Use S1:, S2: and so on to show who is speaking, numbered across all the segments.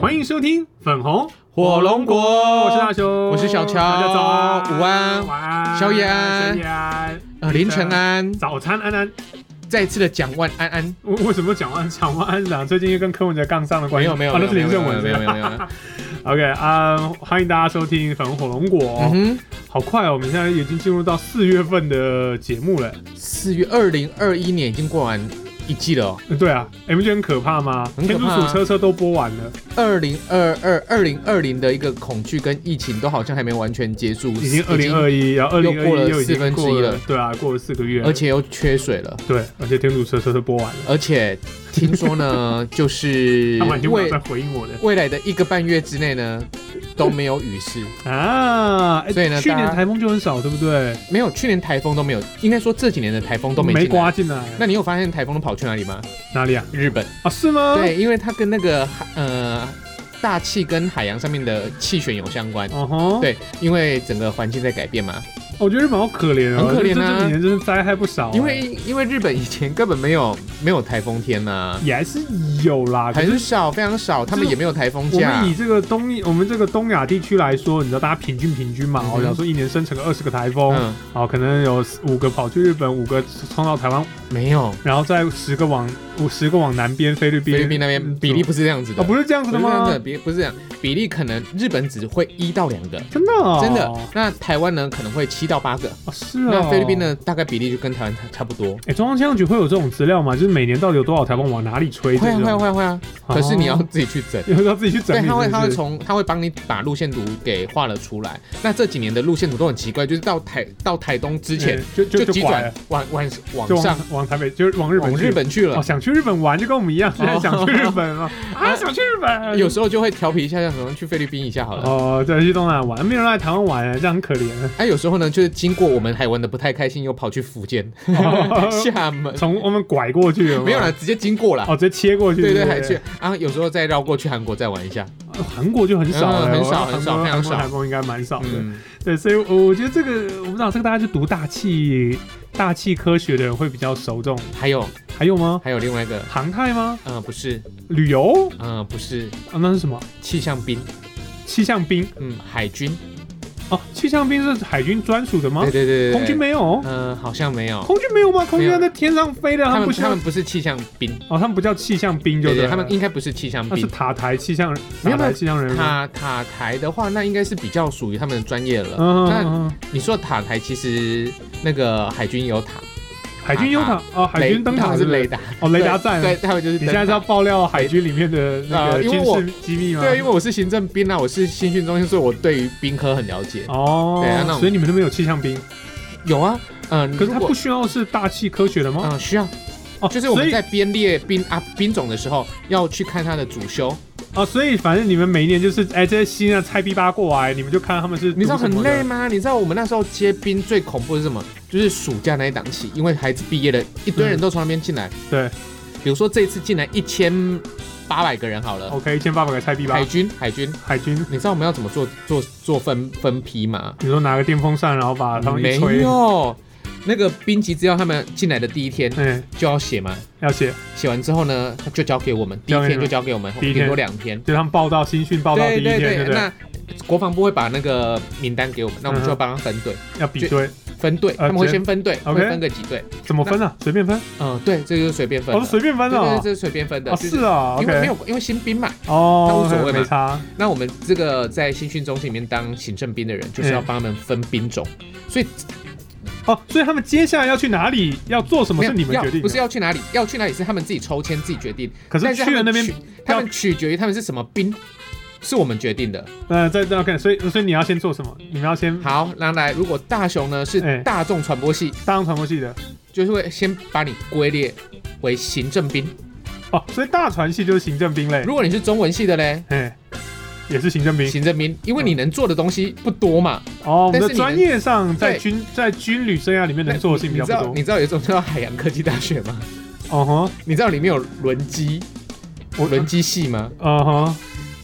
S1: 欢迎收听粉红
S2: 火龙果
S1: 我是大雄，
S2: 我是小乔
S1: 大家早安、
S2: 午安
S1: 晚安、
S2: 宵夜安
S1: 深夜安、
S2: 呃，凌晨、安，
S1: 早餐安安。
S2: 再次的蒋万安安，
S1: 我为什么讲完讲完安长？最近又跟柯文哲杠上了关
S2: 没
S1: 系？
S2: 有没有
S1: 啊那
S2: 没有
S1: 是
S2: 没有
S1: 林
S2: 没有
S1: 正文
S2: 没
S1: 是
S2: 有没有
S1: 吧
S2: 没有没有，
S1: OK 啊、欢迎大家收听粉红火龙果。
S2: 嗯
S1: 好快哦，我们现在已经进入到四月份的节目了。
S2: 哼，四月二零二一年已经过完一季了哦，
S1: 嗯对啊，你们觉得很可怕吗？
S2: 很可怕啊
S1: 天竺鼠车车都播完了，
S2: 二零二二二零二零的一个恐惧跟疫情都好像还没完全结束，
S1: 已经二零，二一，然后二零
S2: 又过
S1: 二
S2: 了
S1: 一又已
S2: 四分
S1: 经
S2: 之一
S1: 过
S2: 了
S1: 对啊，过了四个月了，
S2: 而且又缺水了，
S1: 对，而且天竺鼠车车都播完了。
S2: 而且听说 呢，就是
S1: 他完全没有
S2: 未
S1: 在回应我的
S2: 未来的一个半月之内呢都没有雨势，
S1: 啊！哎
S2: 所以呢
S1: 去年
S2: 大家
S1: 台风就很少，对不对？
S2: 没有去年台风都没有，应该说这几年的台风都没
S1: 没
S2: 进来
S1: 刮进来。
S2: 那你有发现台风都跑去哪里吗？
S1: 哪里啊？
S2: 日本。
S1: 啊，是吗？，
S2: 对，因为它跟那个海呃大气跟海洋上面的气旋有相关。
S1: 哦吼，，
S2: 对，因为整个环境在改变嘛。
S1: 我觉得日本好可怜哦，
S2: 很可怜啊
S1: 这这几年真是灾害不少。啊
S2: 因为因为日本以前根本没有没有台风天呐、
S1: 也还是有啦，啊可
S2: 很
S1: 是。
S2: 少非常少，他们也没有台风
S1: 我
S2: 假
S1: 们。以这个东我们这个东亚地区来说，你知道大家平均平均嘛？
S2: 嗯哼
S1: 我想说一年生成个二十个台风，
S2: 嗯，
S1: 哦，可能有五个跑去日本，五个冲到台湾，
S2: 没有，
S1: 然后再十个往五十个往南边菲律宾，
S2: 菲律宾那边比例
S1: 啊、
S2: 不是这样子的，
S1: 哦，不是这样子的
S2: 不是这样
S1: 吗
S2: 子的？比不是这样，比例可能日本只会一到两个，
S1: 真的、哦，
S2: 真的。那台湾呢可能会七到八个，
S1: 哦，是啊、哦。
S2: 那菲律宾？呢大概比例就跟台湾差差不多。
S1: 哎、中央气象局会有这种资料吗？就是每年到底有多少台风往哪里吹？
S2: 会啊
S1: 这种
S2: 会啊会啊会啊，可是你要
S1: 哦
S2: 自己去整。
S1: 有时候自己去整
S2: 对，
S1: 理
S2: 他会他会
S1: 从
S2: 从他会帮你把路线图给画了出来。那这几年的路线图都很奇怪，就是到台到台东之前、
S1: 哎就就
S2: 急
S1: 拐
S2: 转
S1: 了，
S2: 往往
S1: 就
S2: 往上
S1: 往往台北，就是往日本
S2: 往
S1: 去
S2: 日。本去
S1: 哦，
S2: 了。
S1: 想去日本玩就跟我们一样，现在想去日本 了啊，想去日本。
S2: 有时候就会调皮一下，像什么去菲律宾一下好了。
S1: 哦，对，去东南亚玩，没有人来台湾玩，这样很可怜。
S2: 哎、有时候呢，就是经过我们还玩的不太开心，又跑去福建、
S1: 哦
S2: 厦门，
S1: 从我们拐过去
S2: 呃没有
S1: 人
S2: 啦，直接经过啦。
S1: 哦，直接切过去。
S2: 对对，
S1: 不
S2: 还去啊，有时候再绕过去韩国再玩一下。
S1: 呃韩国就很少了，
S2: 嗯很少
S1: 我
S2: 很少
S1: 韩国
S2: 非常
S1: 韩国
S2: 少
S1: 台风应该蛮少的。
S2: 嗯，
S1: 哦对，所以我我觉得这个，我不知道这个大家就读大气大气科学的人会比较熟这种。
S2: 还有
S1: 还有吗？
S2: 还有另外一个，
S1: 航太吗？
S2: 嗯、不是，
S1: 旅游？
S2: 嗯、不是
S1: 啊，那是什么？
S2: 气象兵，
S1: 气象兵
S2: 嗯，海军。
S1: 哦，气象兵是海军专属的吗
S2: 对？对对对，
S1: 啊空军没有？
S2: 嗯，好像没有。
S1: 空军没有吗？空军
S2: 没
S1: 要
S2: 有
S1: 在天上飞的，他
S2: 他
S1: 们不
S2: 们
S1: 需
S2: 他
S1: 要
S2: 们不是气象兵，
S1: 哦，他们不叫气象兵，就
S2: 对
S1: 对
S2: 对，
S1: 了
S2: 他们应该不是气象
S1: 那是
S2: 兵。
S1: 塔台气象，塔
S2: 没有没
S1: 台
S2: 有
S1: 气象人员。
S2: 塔塔台的话，那应该是比较属于他们的专业了。
S1: 嗯，
S2: 那
S1: 嗯嗯
S2: 你说塔台，其实那个海军有塔，
S1: 海军有塔哦，海
S2: 雷
S1: 军灯
S2: 他
S1: 塔
S2: 们
S1: 是
S2: 是
S1: 不
S2: 雷
S1: 是
S2: 达，
S1: 哦，雷达站。
S2: 对，他们就是
S1: 你
S2: 灯
S1: 现在是要
S2: 塔。
S1: 爆料海军里面的那个
S2: 呃因为
S1: 军
S2: 我
S1: 事机密吗？
S2: 对，因为我是行政兵啊，我是新训中心，所以我对于兵科很了解。
S1: 哦
S2: 对啊那，我
S1: 所以你们那边有气象兵，
S2: 有啊，嗯，
S1: 可是
S2: 如
S1: 他
S2: 果
S1: 不需要是大气科学的吗？
S2: 嗯需要，
S1: 哦，
S2: 就是我
S1: 所
S2: 们
S1: 以
S2: 在编列兵啊兵种的时候，要去看他的主修。
S1: 哦，所以反正你们每一年就是哎这些新的菜逼扒过来，你们就看他们是
S2: 你知道
S1: 读什
S2: 很
S1: 么的
S2: 累吗？你知道我们那时候接兵最恐怖的是什么？就是暑假那一档期，因为孩子毕业了，一堆人都从那边进来。
S1: 对，
S2: 比如说这一次进来一千八百个人好了，
S1: OK，一千八百个菜逼吧
S2: 呃海。军海军，
S1: 海军，
S2: 你知道我们要怎么做做做分分批吗？
S1: 你说拿个电风扇，然后把他们一
S2: 没
S1: 吹，
S2: 有，那个兵籍资料他们进来的第一天
S1: 嗯，
S2: 就要写嘛，
S1: 要写，
S2: 写完之后呢，他就交给我们，第一
S1: 交给你
S2: 天
S1: 们
S2: 就交给我们，
S1: 第一天
S2: 顶多两天。
S1: 就他们报道新训报道第一
S2: 对
S1: 天，
S2: 对
S1: 对嗯不对？
S2: 那国防部会把那个名单给我们，那我们就要帮他分队，
S1: 要比对，
S2: 分队，
S1: 呃
S2: 他们会
S1: 直接
S2: 先分队，
S1: OK
S2: 会分个几队。
S1: 怎么分啊？随便分，
S2: 嗯，对，这就是随便分的。
S1: 哦，随便分
S2: 对对对，
S1: 啊，
S2: 这是随便分的，
S1: 哦，
S2: 就是
S1: 啊
S2: 因为
S1: ，OK，
S2: 没有因为新兵嘛。
S1: 哦
S2: 那无所谓嘛
S1: 没差，
S2: 那我们这个在新训中心里面当行政兵的人，就是
S1: 嗯
S2: 要帮他们分兵种，所以
S1: 哦，所以他们接下来要去哪里，要做什么
S2: 没
S1: 是你
S2: 有
S1: 们
S2: 要
S1: 决定
S2: 不是
S1: 的，
S2: 要去哪里，要去哪里是他们自己抽签自己决定，
S1: 可
S2: 但
S1: 是
S2: 是
S1: 去了那边
S2: 取，他们取决于他们是什么兵，是我们决定的。
S1: 呃，在在 OK，所以所以你要先做什么？你们要先
S2: 好，那来，如果大雄呢
S1: 哎
S2: 是大众传播系，
S1: 当传播系的
S2: 就是会先把你归列为行政兵；
S1: 哦，所以大传系就是行政兵类，
S2: 如果你是中文系的嘞，
S1: 哎，也是行政兵
S2: 行政兵，因为你能做的东西不多嘛。
S1: 哦。我们
S2: 但是
S1: 的
S2: 你
S1: 专业上，在
S2: 对
S1: 军在军旅生涯里面能做的事情比
S2: 你
S1: 较
S2: 知道
S1: 不多
S2: 你知道有一种叫海洋科技大学吗？。
S1: 哦吼，
S2: 你知道里面有轮机，
S1: 我
S2: 轮机系吗？
S1: 哦吼，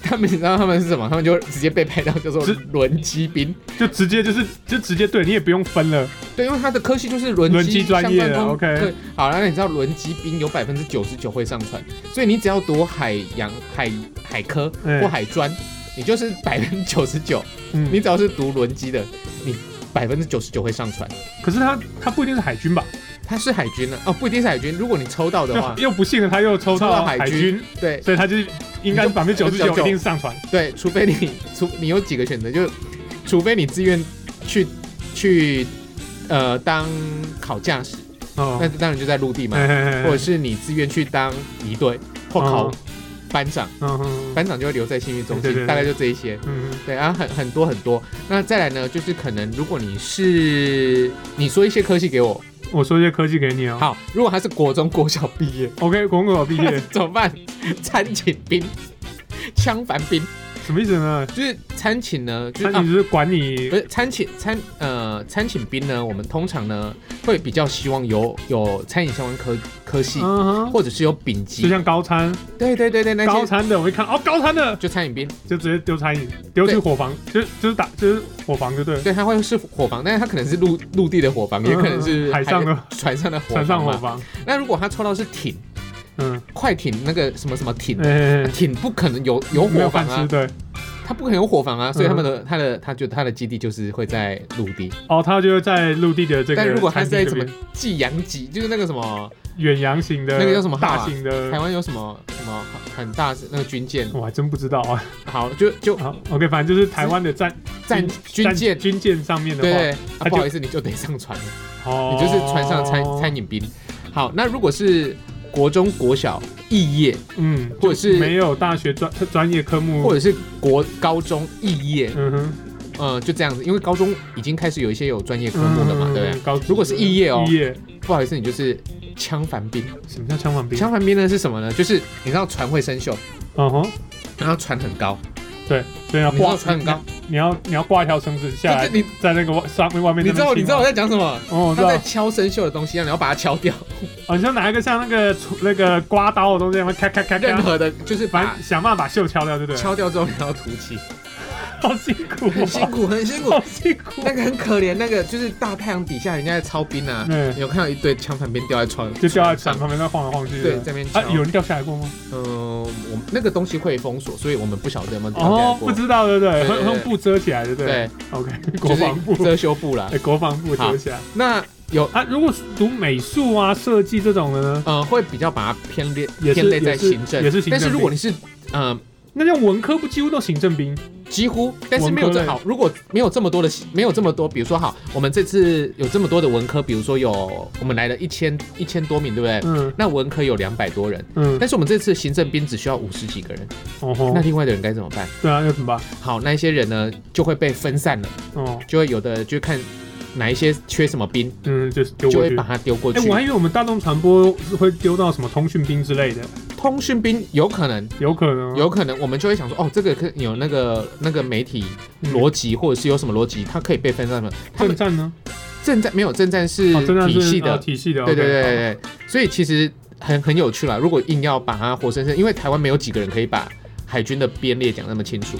S2: 他们你知道他们是什么？他们就直接被拍到叫做
S1: 直
S2: 轮机兵。
S1: 就直接就是就直接对你也不用分了，
S2: 对，因为他的科系就是轮
S1: 轮
S2: 机
S1: 机专
S2: 相
S1: 业
S2: 关
S1: 的
S2: 工
S1: OK
S2: 对，好，那你知道轮机兵有百分之九十九会上船，所以你只要读海洋海海科
S1: 嗯
S2: 或海专，你就是百分之九十九。
S1: 嗯，
S2: 你只要是读轮机的，你百分之九十九会上船。
S1: 可是他他不一定是海军吧？
S2: 他是海军呢、哦，不一定是海军。如果你抽到的话
S1: 就，又不幸他又抽
S2: 啊抽到
S1: 到
S2: 海
S1: 海
S2: 军
S1: 军，
S2: 对
S1: 所以他就是应该
S2: 你就
S1: 百分之九十九
S2: 99
S1: 一定上船。
S2: 对，除非你除你有几个选择，就除非你自愿去去呃当考驾驶，
S1: 哦哎
S2: 那，当然就在陆地嘛，
S1: 嘿嘿嘿
S2: 或者是你自愿去当仪队或考
S1: 嗯
S2: 班长，
S1: 嗯嗯
S2: 班长就会留在信誉中
S1: 对对
S2: 心，
S1: 对
S2: 大概就这一些。
S1: 嗯嗯
S2: 对啊，很很多很多。那再来呢，就是可能如果你是你说一些科系给我，
S1: 我说一些科技给你哦。
S2: 好，如果他是国中、国小毕业，
S1: OK，国 考毕业
S2: 怎么办？参勤兵、枪反兵，
S1: 什么意思呢？
S2: 就是参勤呢，就是
S1: 他
S2: 啊
S1: 只是管你
S2: 不是餐请餐呃餐请兵呢，我们通常呢会比较希望有有餐饮相关科科系，
S1: 嗯哼，
S2: 或者是有
S1: 就
S2: 丙级。
S1: 像高餐，
S2: 对对对对，那
S1: 高
S2: 些
S1: 餐的我一看，哦，高餐的
S2: 就餐饮兵，
S1: 就直接丢餐饮，丢去
S2: 对
S1: 火房，就就是打就是火房就对了，
S2: 对，他会是伙房，但是他可能是陆陆地的伙房，也可能是
S1: 嗯海上的
S2: 船上的伙
S1: 船上
S2: 房
S1: 火
S2: 啊嘛。
S1: 房，
S2: 那如果他抽到是艇，
S1: 嗯，
S2: 快艇那个什么什么艇。
S1: 哎，
S2: 艇不可能有有
S1: 没
S2: 伙
S1: 有
S2: 房
S1: 饭吃嗯
S2: 啊，
S1: 对。
S2: 他不可能有伙房啊，所以他们的他的他就他的基地就是会在陆地。
S1: 哦，他就在陆地的这个，
S2: 但如果他
S1: 他
S2: 是在什么济阳级，就是那个什么
S1: 远洋型的，
S2: 那个叫什么号啊
S1: 大型
S2: 台
S1: 的，
S2: 湾有什么什么很大的那个军舰，
S1: 我还真不知道啊。
S2: 好，就就
S1: 好，OK，反正就是台湾的战
S2: 战军舰，
S1: 军舰上面的
S2: 对对
S1: 话，
S2: 啊
S1: 它就
S2: 不好意思，你就得上船了，
S1: 哦，
S2: 你就是船上的餐餐饮兵。好，那如果是国中、国小肄业，
S1: 嗯，
S2: 或者是
S1: 没有大学专专业科目，
S2: 或
S1: 者
S2: 者是国高中肄业，
S1: 嗯哼，
S2: 呃，就这样子，因为高中已经开始有一些有专业科目了嘛，
S1: 嗯
S2: 对不对？啊
S1: 高
S2: 如果是肄业哦
S1: 肄业，
S2: 不好意思，你就是枪反兵。
S1: 什么叫枪反兵？
S2: 枪反兵呢是什么呢？就是你知道船会生锈，
S1: 嗯哼，
S2: 然后船很高，
S1: 对，所以要
S2: 你知道
S1: 挂
S2: 船很高，
S1: 你要你要挂一条绳子下来
S2: 就，是你
S1: 在那个外上面外面
S2: 你
S1: 那边
S2: 知道你
S1: 骑
S2: 知道
S1: 吗
S2: 我在讲什么？
S1: 哦，我知
S2: 他在
S1: 道，
S2: 敲生锈的东西，然后你要把它敲掉，
S1: 好像拿一个像那个那个刮刀的东西，然后咔咔咔
S2: 任
S1: 咔，
S2: 何的，就是
S1: 反
S2: 把
S1: 正想办法把锈敲掉，对不对？
S2: 敲掉之后你要涂漆，
S1: 好辛苦、
S2: 很辛
S1: 哦，
S2: 苦，很辛苦。
S1: 好辛苦。
S2: 那个很可怜，那个就是大太阳底下人家在操冰啊，
S1: 嗯
S2: 你有看到一堆枪反兵掉在床，
S1: 就掉在船
S2: 上，
S1: 旁边那晃来晃去
S2: 对，
S1: 的。
S2: 在那边敲
S1: 啊，。有人掉下来过吗？
S2: 嗯、我们那个东西会封锁，所以我们不晓得有没有掉下
S1: 哦
S2: 来，过。
S1: 不知道，对不对？
S2: 对对
S1: 会
S2: 对
S1: 用布遮起来，对不对
S2: 对，
S1: ？OK，
S2: 就
S1: 国
S2: 是
S1: 防部，
S2: 遮羞布啦
S1: 哎。国防部遮起来。
S2: 那有
S1: 啊，如果是读美术啊、设计这种的呢？
S2: 呃，会比较把它偏列
S1: 也是
S2: 偏类在
S1: 也是
S2: 行政，
S1: 也是行政
S2: 但是如果
S1: 兵
S2: 你是呃
S1: 那像文科不几乎都行政兵？
S2: 几乎，但是没有这
S1: 文科类
S2: 好。如果没有这么多的，没有这么多，比如说好，我们这次有这么多的文科，比如说有我们来了一千一千多名，对不对？
S1: 嗯
S2: 那文科有两百多人，
S1: 嗯，
S2: 但是我们这次行政兵只需要五十几个人，
S1: 哦吼
S2: 那，另外的人该怎么办？
S1: 对啊，要怎么办？
S2: 好，那一些人呢就会被分散了，
S1: 哦，
S2: 就会有的就看哪一些缺什么兵，
S1: 嗯，就是丢
S2: 就
S1: 过
S2: 会
S1: 去
S2: 把。他丢过
S1: 哎，
S2: 去
S1: 我。还以为我们大众传播会丢到什么通讯兵之类的，
S2: 通讯兵有可能，
S1: 有可能哦
S2: 有可能我们就会想说，哦，这个可有那个那个媒体
S1: 嗯
S2: 逻辑，或者是有什么逻辑，它可以被分散了。他
S1: 正
S2: 们
S1: 战呢？
S2: 正战没有正战是
S1: 哦，正战
S2: 体
S1: 是
S2: 系
S1: 哦
S2: 的，
S1: 体系的，
S2: 对对
S1: OK，
S2: 对对对，所以其实很很有趣啦。如果硬要把它活生生，因为台湾没有几个人可以把海军的编列讲那么清楚，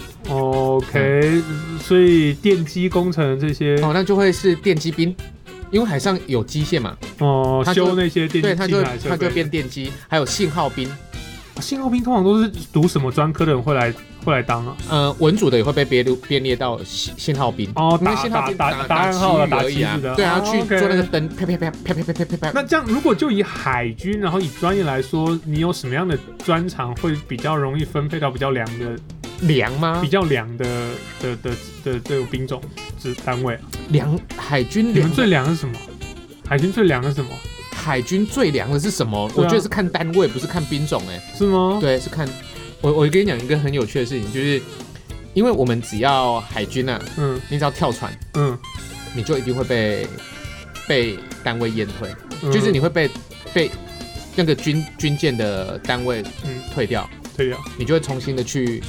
S1: OK，所以电机工程这些，
S2: 嗯哦，那就会是电机兵，因为海上有机械嘛，
S1: 哦，
S2: 他就
S1: 修那些电
S2: 对，
S1: 机
S2: 他
S1: 进
S2: 就
S1: 来设
S2: 他就
S1: 备。
S2: 变电机，还有信号兵，
S1: 信号兵通常都是读什么专科的人会来会来当啊？
S2: 呃，文组的也会被编入编列到信信号兵。
S1: 哦，
S2: 因为
S1: 打
S2: 信号
S1: 打
S2: 兵
S1: 打
S2: 打
S1: 暗号啊，
S2: 旗语
S1: 打
S2: 而
S1: 旗
S2: 已啊
S1: 子的，，
S2: 对啊，
S1: 哦
S2: 去做那个
S1: OK
S2: 灯，啪啪啪啪啪啪啪啪啪。
S1: 那这样，如果就以海军，然后以专业来说，你有什么样的专长会比较容易分配到比较凉的、
S2: 凉吗
S1: 比？较凉的的的的这种兵种之单位啊？
S2: 凉海军
S1: 你们
S2: 凉，
S1: 最凉的是什么？海军最凉的是什么？
S2: 海军最凉的是什么？我
S1: 对啊
S2: 觉得是看单位，不是看兵种哎、
S1: 是吗？
S2: 对，是看我我跟你讲一个很有趣的事情，就是因为我们只要海军啊，
S1: 嗯
S2: 你只要跳船，
S1: 嗯，
S2: 你就一定会被被单位验退，
S1: 嗯
S2: 就是你会被被那个军军舰的单位
S1: 嗯
S2: 退掉，
S1: 对呀，
S2: 你就会重新的去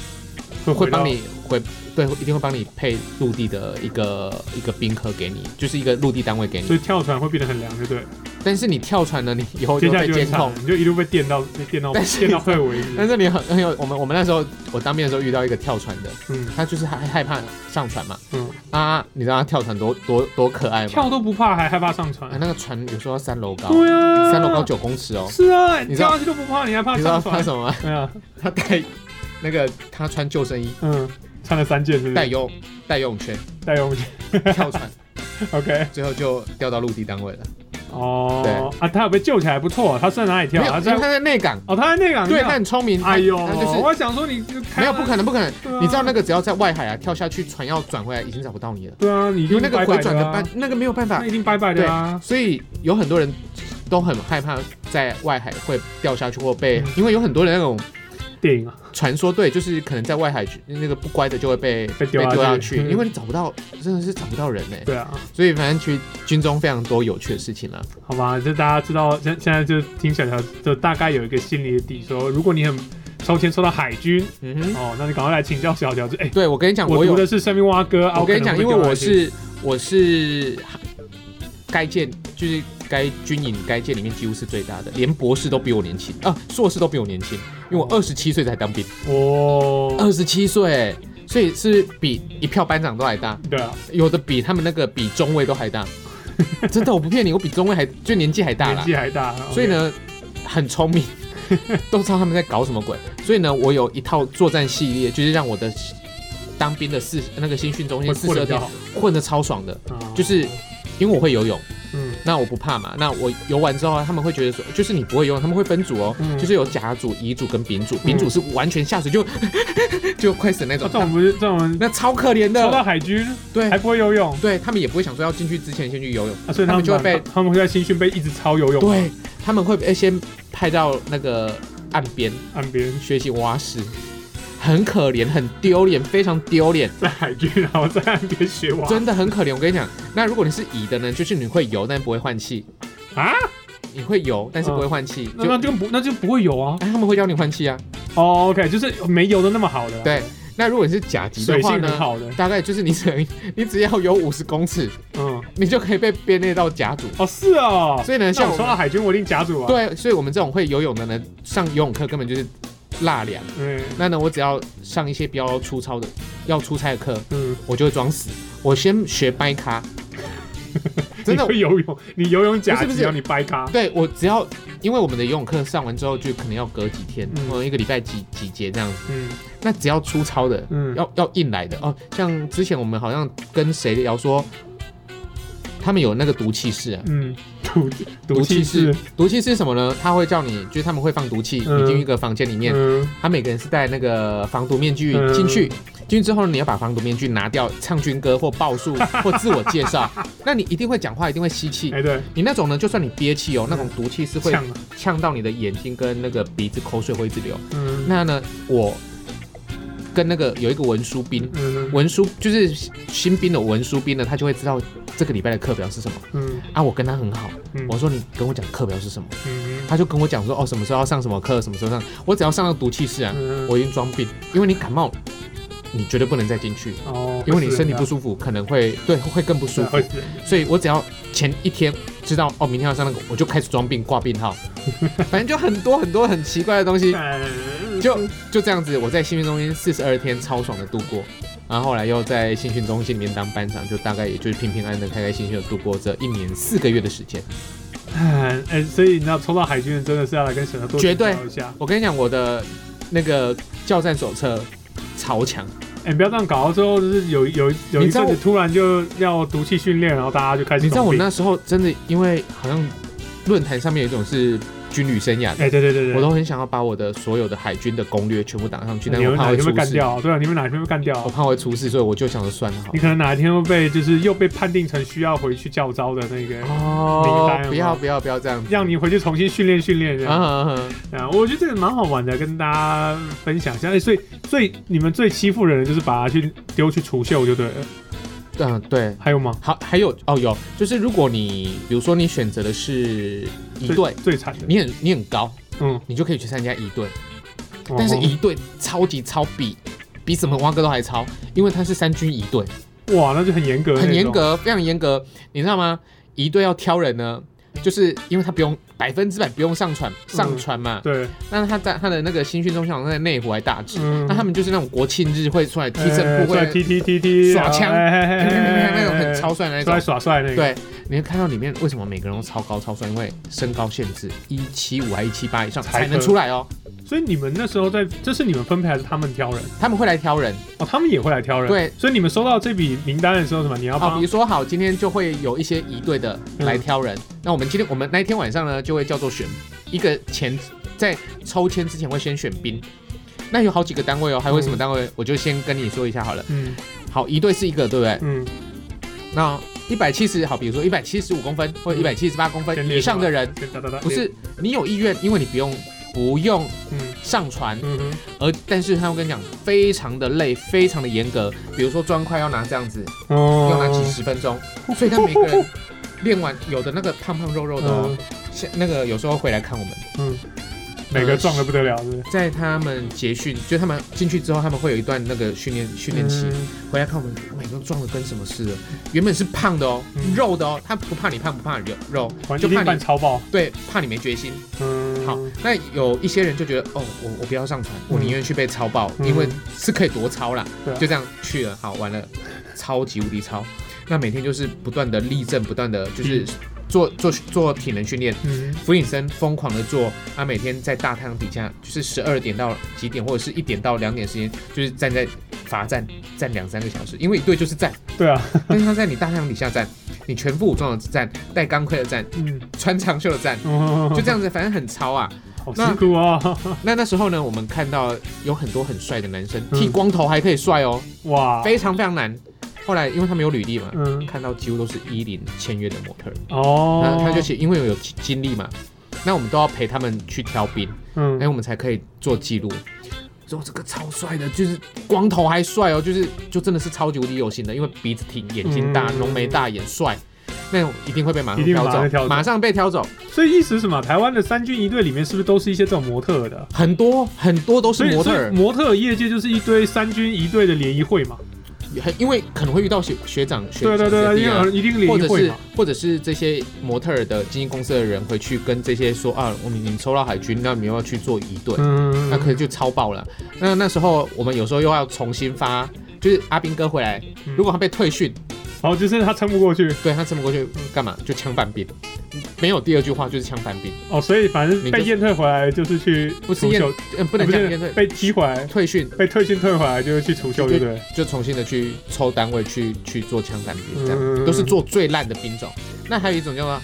S1: 会
S2: 会
S1: 回到
S2: 帮你会对，一定会帮你配陆地的一个一个宾客给你，就是一个陆地单位给
S1: 所
S2: 你。
S1: 以跳船会变得很凉，对不对？
S2: 但是你跳船了，你以后
S1: 接
S2: 就
S1: 下来
S2: 哦被
S1: 就
S2: 监
S1: 很惨
S2: 控
S1: 了，。你就一路被电到被电到
S2: 但是
S1: 电到快为止。
S2: 但是你很很有，我们我们那时候我当兵的时候遇到一个跳船的，
S1: 嗯
S2: 他就是害害怕上船嘛，
S1: 嗯，
S2: 啊，你知道他跳船多多多可爱吗？
S1: 跳都不怕，还害怕上船
S2: 啊，？那个船有时候要三楼高，
S1: 对啊，
S2: 三楼高九公尺哦。
S1: 是啊，
S2: 你
S1: 你
S2: 知道
S1: 跳下去都不怕，你还怕
S2: 你知道
S1: 上
S2: 他
S1: 船？
S2: 什么吗？
S1: 对啊，
S2: 他带那个他穿救生衣，
S1: 嗯，穿了三件是不
S2: 带
S1: 是？
S2: 游带游泳圈
S1: 带泳衣
S2: 跳船，
S1: ，OK。
S2: 最后就掉到陆地单位了。
S1: 哦，
S2: 对
S1: 啊，他有被救起来，不错。他是在哪里跳？
S2: 没有，
S1: 他
S2: 因为
S1: 在
S2: 他在内港，
S1: 哦，他在那个港
S2: 对他
S1: 跳。
S2: 很聪明。他
S1: 哎呦，
S2: 他嗯就是
S1: 我想说你啊
S2: 没有不可能不可 能。
S1: 能
S2: 你知道那个只要在外海啊，跳下去船要转回来已经找不到你了，
S1: 对啊，你
S2: 因为那个回转的
S1: 办
S2: 办，那个没有办法
S1: 那。一定拜拜的啊。
S2: 所以有很多人都很害怕在外海会掉下去或被
S1: 嗯，
S2: 因为有很多人那种
S1: 电影啊，
S2: 传说对，就是可能在外海去那个不乖的就会被
S1: 被丢下去
S2: 下去，
S1: 嗯
S2: 因为你找不到，真的是找不到人呢。欸
S1: 对啊，
S2: 所以反正去军中非常多有趣的事情啦。
S1: 好吧，就大家知道，现现在就听小乔就大概有一个心理的底说，如果你很抽签抽到海军
S2: 嗯哼，
S1: 哦，那你赶快来请教小乔，就哎，
S2: 对我跟你讲，
S1: 我
S2: 有
S1: 读的是生命蛙哥，啊
S2: 我跟你
S1: 可能
S2: 讲，
S1: 会
S2: 因为
S1: 丢下
S2: 我
S1: 去
S2: 是我是该届就是该军营该届里面几乎是最大的，连博士都比我年轻啊，硕士都比我年轻，因为我二十七岁才当兵，
S1: 哦，
S2: 二十七岁，所以是比一票班长都还大，
S1: 对啊，
S2: 有的比他们那个比中尉都 还大，真的我不骗你，我比中尉还就年纪还大
S1: 年
S2: 啦，
S1: 纪还大，哦
S2: 所以呢很 聪明，都知道他们在搞什么鬼，所以呢我有一套作战系列，就是让我的。当兵的四那个新训中
S1: OK，
S2: 心
S1: 会
S2: 四
S1: 过
S2: 十
S1: 得
S2: 二
S1: 比
S2: 天
S1: 较好，
S2: 混的超爽的，
S1: 啊
S2: 就是因为我会游泳，
S1: 嗯
S2: 那我不怕嘛。那我游完之后，他们会觉得说，就是你不会游泳，他们会分组哦，
S1: 嗯
S2: 就是有甲组、乙组跟丙组，丙组是完全下水就 就快死的那
S1: 啊
S2: 种，
S1: 这种不是这种人
S2: 那超可怜
S1: 抽到
S2: 的。
S1: 海军
S2: 对
S1: 还不会游泳，
S2: 对他们也不会想说要进去之前先去游泳，
S1: 啊所以
S2: 他
S1: 他
S2: 们
S1: 们
S2: 就会被
S1: 他们会在新训被一直抄游泳，，
S2: 对他们会被先派到那个岸边
S1: 岸边
S2: 学习蛙式，很可怜，很丢脸，非常丢脸。
S1: 在海军，然后在岸边学蛙
S2: 真的很可怜。我跟你讲，那如果你是乙的呢，就是你会游但不会换气
S1: 啊，哦
S2: 你会游但是不会换气，
S1: 那
S2: 就
S1: 那就不那就不会游啊。
S2: 哎他们会教你换气啊。
S1: 哦，OK，就是没游的那么好的，
S2: 对，那如果你是甲级的
S1: 水
S2: 话
S1: 性很
S2: 呢，
S1: 好的，
S2: 大概就是你只能你只要 有五十公尺，
S1: 嗯，
S2: 你就可以被编列到甲组。
S1: 哦是哦，
S2: 所以呢，
S1: 那
S2: 像
S1: 我
S2: 我
S1: 抽到
S2: 们
S1: 海军，我一定甲组啊。，
S2: 对，所以我们这种会游泳的呢，上游泳课根本就是辣凉。
S1: 嗯
S2: 那呢，我只要上一些比较粗糙的、要出差的课，
S1: 嗯，
S2: 我就会装死。我先学 掰咖，真的
S1: 你，会游泳，你游泳甲
S2: 不是不
S1: 级，
S2: 是
S1: 然后你掰咖，
S2: 对我只要，因为我们的游泳课上完之后，就可能要隔几天，
S1: 嗯
S2: 嗯，一个礼拜几几节这样子。
S1: 嗯
S2: 那只要粗糙的，
S1: 嗯，
S2: 要要硬来的哦。像之前我们好像跟谁聊说，他们有那个毒气室啊，
S1: 嗯，毒毒气嗯
S2: 室
S1: 室，，
S2: 毒气室是什么呢？他会叫你，就是他们会放毒气，
S1: 嗯
S2: 你进一个房间里面，
S1: 嗯
S2: 他每个人是戴那个防毒面具
S1: 嗯
S2: 进去。进去之后呢，你要把防毒面具拿掉，唱军歌或报 数或自我介绍。那你一定会讲话，一定会吸气。
S1: 哎对，
S2: 你那种呢，就算你憋气哦，那种毒气是会
S1: 呛啊了，
S2: 呛到你的眼睛跟那个鼻子，口水会一直流。
S1: 嗯
S2: 那呢，我跟那个有一个文书兵，
S1: 嗯
S2: 文书就是新兵的文书兵呢，他就会知道这个礼拜的课表是什么
S1: 嗯
S2: 啊。我跟他很好，
S1: 嗯，
S2: 我说你跟我讲课表是什么，
S1: 嗯
S2: 他就跟我讲说哦，什么时候要上什么课，什么时候上。我只要上到毒气室啊，
S1: 嗯，
S2: 我已经装病，因为你感冒，你绝对不能再进去，
S1: 哦，
S2: 因为你身体不
S1: 会死
S2: 舒服，可能会对会更不舒
S1: 人的
S2: 服
S1: 会。死人的
S2: 所以我只要前一天知道哦，明天要上那个，我就开始装病挂病 号，反正就很多很多很奇怪的东 西。
S1: 嗯
S2: 就就这样子，我在新训中心四十二天超爽的度过，然后后来又在新训中心里面当班长，就大概也就是平平安安的、开开心心的度过这一年四个月的时间。
S1: 哎 哎，所以你知道抽到海军的真的是要来跟小乔多
S2: 绝对
S1: 请教一下，
S2: 我跟你讲，我的那个教战手册超强，
S1: 哎，不要这样搞，到最后就是有有有
S2: 你
S1: 一
S2: 知道
S1: 阵子
S2: 我
S1: 突然就要毒气训练，然后大家就开始
S2: 你知道我
S1: 装病
S2: 那时候真的因为好像论坛上面有一种是军旅生涯的。
S1: 哎对对对对，
S2: 我都很想要把我的所有的海军的攻略全部打上去，但
S1: 你
S2: 是我
S1: 们
S2: 怕
S1: 哪
S2: 会
S1: 一天
S2: 出
S1: 被干
S2: 事，
S1: 掉？对啊，你们哪一天被干掉
S2: 我？怕会出事，所以我就想着算了好
S1: 你
S2: 了。
S1: 可能哪一天会被就是又被判定成需要回去教招的那个，
S2: 哦
S1: 名单，有
S2: 不
S1: 没有
S2: 要不要不要这样子，
S1: 让你回去重新训练训练这
S2: 啊
S1: 样。
S2: 啊啊啊
S1: 啊，我觉得这个蛮好玩的，跟大家分享一下。哎，所以最你们最欺负人的就是把它去丢去除锈就对了，
S2: 嗯对，
S1: 还有吗？
S2: 好，还有哦，有，就是如果你比如说你选择的是一
S1: 最
S2: 队，
S1: 最惨的，
S2: 嗯你很你很高，
S1: 嗯，
S2: 你就可以去参加一队，但是
S1: 哦
S2: 一队超级超比比什么蛙哥都还超，因为他是三军一队，
S1: 哇，那就很严格，
S2: 很严，格，非常严格，你知道吗？一队要挑人呢，就是因为他不用百分之百不用上传上
S1: 嗯
S2: 传嘛，
S1: 对，
S2: 那他在他的那个新训中心好像在内湖还大直，
S1: 嗯哎
S2: 那他们就是那种国庆日会出来踢正步，
S1: 出来
S2: 会
S1: 踢踢踢踢，
S2: 耍枪
S1: 哎哎哎哎哎
S2: 那种很超帅的那
S1: 出来
S2: 种。
S1: 耍帅那个，，
S2: 对，你会看到里面为什么每个人都超高超帅，因为身高限制一七五还一七八以上
S1: 才
S2: 才能
S1: 可
S2: 出来哦。
S1: 所以你们那时候在，这是你们分配还是他们挑人？
S2: 他们会来挑人
S1: 哦，他们也会来挑人，
S2: 对，
S1: 所以你们收到这笔名单的时候，什么你要
S2: 哦，比
S1: 帮
S2: 如说好，今天就会有一些一队的
S1: 嗯
S2: 来挑人。那我们今天我们那一天晚上呢，就会叫做选一个前在抽签之前会先选兵。那有好几个单位哦，还有什么单位？我就先跟你说一下好了。
S1: 嗯
S2: 好，一队是一个，对不对？
S1: 嗯，
S2: 那一百七十好，比如说一百七十五公分或一百七十八公分
S1: 嗯先
S2: 以
S1: 列出来
S2: 上的人，
S1: 先哒哒哒，
S2: 不是你有意愿，因为你不用不用
S1: 嗯，
S2: 上传，
S1: 嗯嗯
S2: 而但是他会跟你讲非常的累，非常的严格。比如说砖块要拿这样子，
S1: 哼，哦
S2: 要拿几十分钟，所以他每个人练完，有的那个胖胖肉肉的
S1: 嗯
S2: 哦，像那个有时候回来看我们，
S1: 每个壮的不得了，是不是？
S2: 在他们结训，就他们进去之后，他们会有一段那个训练训练期，
S1: 嗯
S2: 回来看我们，，“Oh 每个人壮的跟什么似的，原本是胖的哦，
S1: 嗯
S2: 肉的哦，他不怕你胖，不怕你肉，
S1: 嗯，
S2: 就
S1: 就
S2: 怕
S1: 定办
S2: 你
S1: 超爆，
S2: 对，怕你没决心。
S1: 嗯，
S2: 好，那有一些人就觉得，哦，我我不要上传，我宁愿去被超爆，
S1: 嗯
S2: 因为是可以多超啦。
S1: 对啊
S2: 就这样去了，好，完了，超级无敌超。那每天就是不断的立正，不断的就是做做做体能训练。
S1: 嗯，
S2: 俯卧撑疯狂的做，他、每天在大太阳底下，就是十二点到几点，或者是一点到两点时间，就是站在罚站站两三个小时，因为一队就是 站，
S1: 对啊，
S2: 但是他在你大太阳底下站，你全副武装的站，带钢盔的站，
S1: 嗯，
S2: 穿长袖的站，
S1: 哦
S2: 就这样子，反正很超啊。
S1: 好
S2: 那
S1: 辛苦啊、
S2: 那那时候呢，我们看到有很多很帅的男生，
S1: 嗯啊
S2: 剃光头还可以帅哦，
S1: 哇，
S2: 非常非常难。后来因为他们有履历嘛，
S1: 嗯，
S2: 看到几乎都是一零签约的模特儿，那
S1: 哦，
S2: 他就写，因为有经历嘛，那我们都要陪他们去挑兵，哎，
S1: 嗯，
S2: 我们才可以做记录。说这个超帅的，就是光头还帅哦，就是就真的是超级无敌有型的，因为鼻子挺，眼睛大，
S1: 嗯
S2: 浓眉大眼，帅，那种一定会被马上
S1: 一定
S2: 挑
S1: 马上被挑走
S2: 走，马上被挑走，
S1: 所以意思是什么？台湾的三军一队里面是不是都是一些这种模特儿的？
S2: 很多很多都是
S1: 所以
S2: 模特
S1: 所
S2: 儿
S1: 以，模特儿业界就是一堆三军一队的联谊会嘛？
S2: 很因为可能会遇到学学长、学
S1: 对对对
S2: 学
S1: 对，
S2: 弟
S1: 因
S2: 啊
S1: 为一定
S2: 或
S1: 联谊
S2: 者
S1: 会
S2: 是
S1: 嘛。
S2: 或者是这些模特儿的经纪公司的人会去跟这些说啊，我们你们抽到海军，那你们要不要去做一队，
S1: 嗯，
S2: 那可能就超爆了。那那时候我们有时候又要重新发，就是阿兵哥回来，
S1: 嗯
S2: 如果他被退训，
S1: 好，就是他撑不过去
S2: 对他撑不过去嗯干嘛？就枪反兵，没有第二句话就是枪反兵，
S1: 哦，所以反
S2: 你
S1: 正
S2: 就
S1: 被验退回来就是去
S2: 不是
S1: 除
S2: 验
S1: 锈，
S2: 嗯，不
S1: 哎不
S2: 能讲
S1: 是
S2: 变退
S1: 被踢回来，
S2: 退训，
S1: 被退训退回来就是去除锈，对不对？
S2: 就重新的去抽单位去去做枪弹兵，这样、
S1: 嗯
S2: 都是做最烂的兵种。那还有一种叫做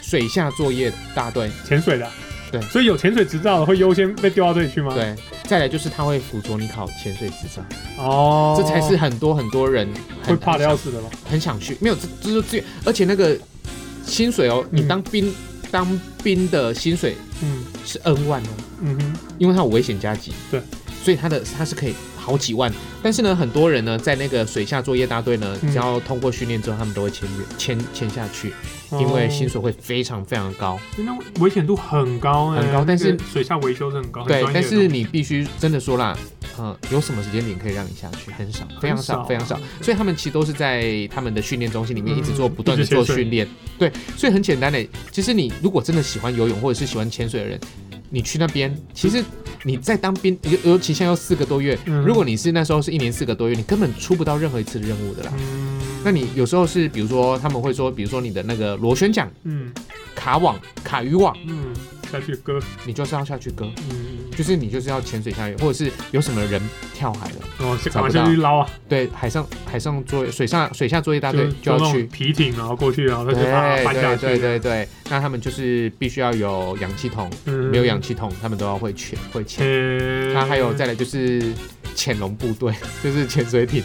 S2: 水下作业大队，
S1: 潜水的啊。
S2: 对
S1: 所以有潜水执照的会优先被丢到这里去吗？，
S2: 对，再来就是他会辅佐你考潜水执照，
S1: 哦，
S2: 这才是很多很多人
S1: 会
S2: 很
S1: 怕的要
S2: 很想
S1: 死的嘛。
S2: 很想去，没有这这就最，而且那个薪水哦，你
S1: 嗯
S2: 当兵、当兵的薪水
S1: 嗯
S2: 是 N 万哦，
S1: 嗯哼，
S2: 因为它有危险加急，
S1: 对，
S2: 所以它的它是可以好几万，但是呢，很多人呢在那个水下作业大队呢，
S1: 嗯
S2: 只要通过训练之后，他们都会签约签签下去，
S1: 哦
S2: 因为薪水会非常非常高，
S1: 欸那危险度很高、欸，
S2: 很高但是
S1: 那个水下维修是哦很高，很
S2: 对，
S1: 专业
S2: 但
S1: 的
S2: 是你必须真的说啦。嗯，有什么时间点可以让你下去？很少，非常
S1: 很
S2: 少，
S1: 少啊
S2: 非常少。所以他们其实都是在他们的训练中心里面
S1: 嗯
S2: 一直做，不断的 做
S1: 一直潜水
S2: 训练。对，所以很简单的，其实你如果真的喜欢游泳或者是喜欢潜水的人，你去那边，其实你在当兵，尤尤其现在又四个多月，
S1: 嗯
S2: 如果你是那时候是一年四个多月，你根本出不到任何一次任务的啦。
S1: 嗯
S2: 那你有时候是，比如说他们会说，比如说你的那个螺旋桨、
S1: 嗯
S2: 卡网、卡渔网，
S1: 嗯下去割，
S2: 你就是要下去割，
S1: 嗯，
S2: 就是你就是要潜水下去，或者是有什么人跳海了，
S1: 然后是
S2: 找
S1: 赶
S2: 不
S1: 快
S2: 到
S1: 哦下去捞啊，
S2: 对，海上海上作业、水上水下作业大队啊
S1: 就
S2: 就要
S1: 那
S2: 去
S1: 种。皮艇，啊然后过去，然后
S2: 对
S1: 再去把它搬下
S2: 对
S1: 去，
S2: 对对对，那他们就是必须要有氧气筒，
S1: 嗯
S2: 没有氧气筒他们都要会潜会潜。
S1: 呃
S2: 那还有再来就是潜龙部队，就是潜水艇。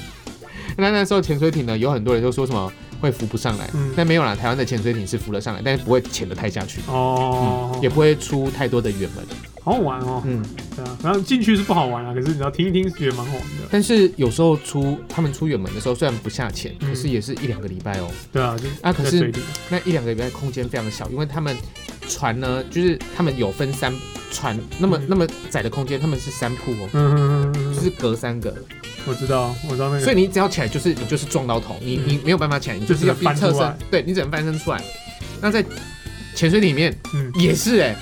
S2: 那那时候潜水艇呢，有很多人就说什么会浮不上来，
S1: 嗯
S2: 但没有啦，台湾的潜水艇是浮了上来，但是不会潜得太下去，
S1: 哦，
S2: 嗯也不会出太多的远门。
S1: 好好玩哦，
S2: 嗯，
S1: 对啊，然后进去是不好玩啊，可是你要听一听是觉得蛮好玩的，
S2: 但是有时候出他们出远门的时候，虽然不下潜，
S1: 嗯
S2: 可是也是一两个礼拜哦。
S1: 对啊，就
S2: 啊可
S1: 在
S2: 是
S1: 水里，
S2: 那一两个礼拜空间非常的小，因为他们船呢，就是他们有分三船，那么
S1: 嗯
S2: 那么窄的空间，他们是三铺哦，
S1: 嗯嗯嗯嗯
S2: 就
S1: 嗯
S2: 是隔三个，
S1: 我知道，我知道那个
S2: 所以你只要起来就是你就是撞到头，你你没有办法起来，你就是要逼
S1: 嗯就只
S2: 侧
S1: 能翻出
S2: 身
S1: 来，
S2: 对你只能翻身出来。那在潜水里面
S1: 嗯
S2: 也是哎、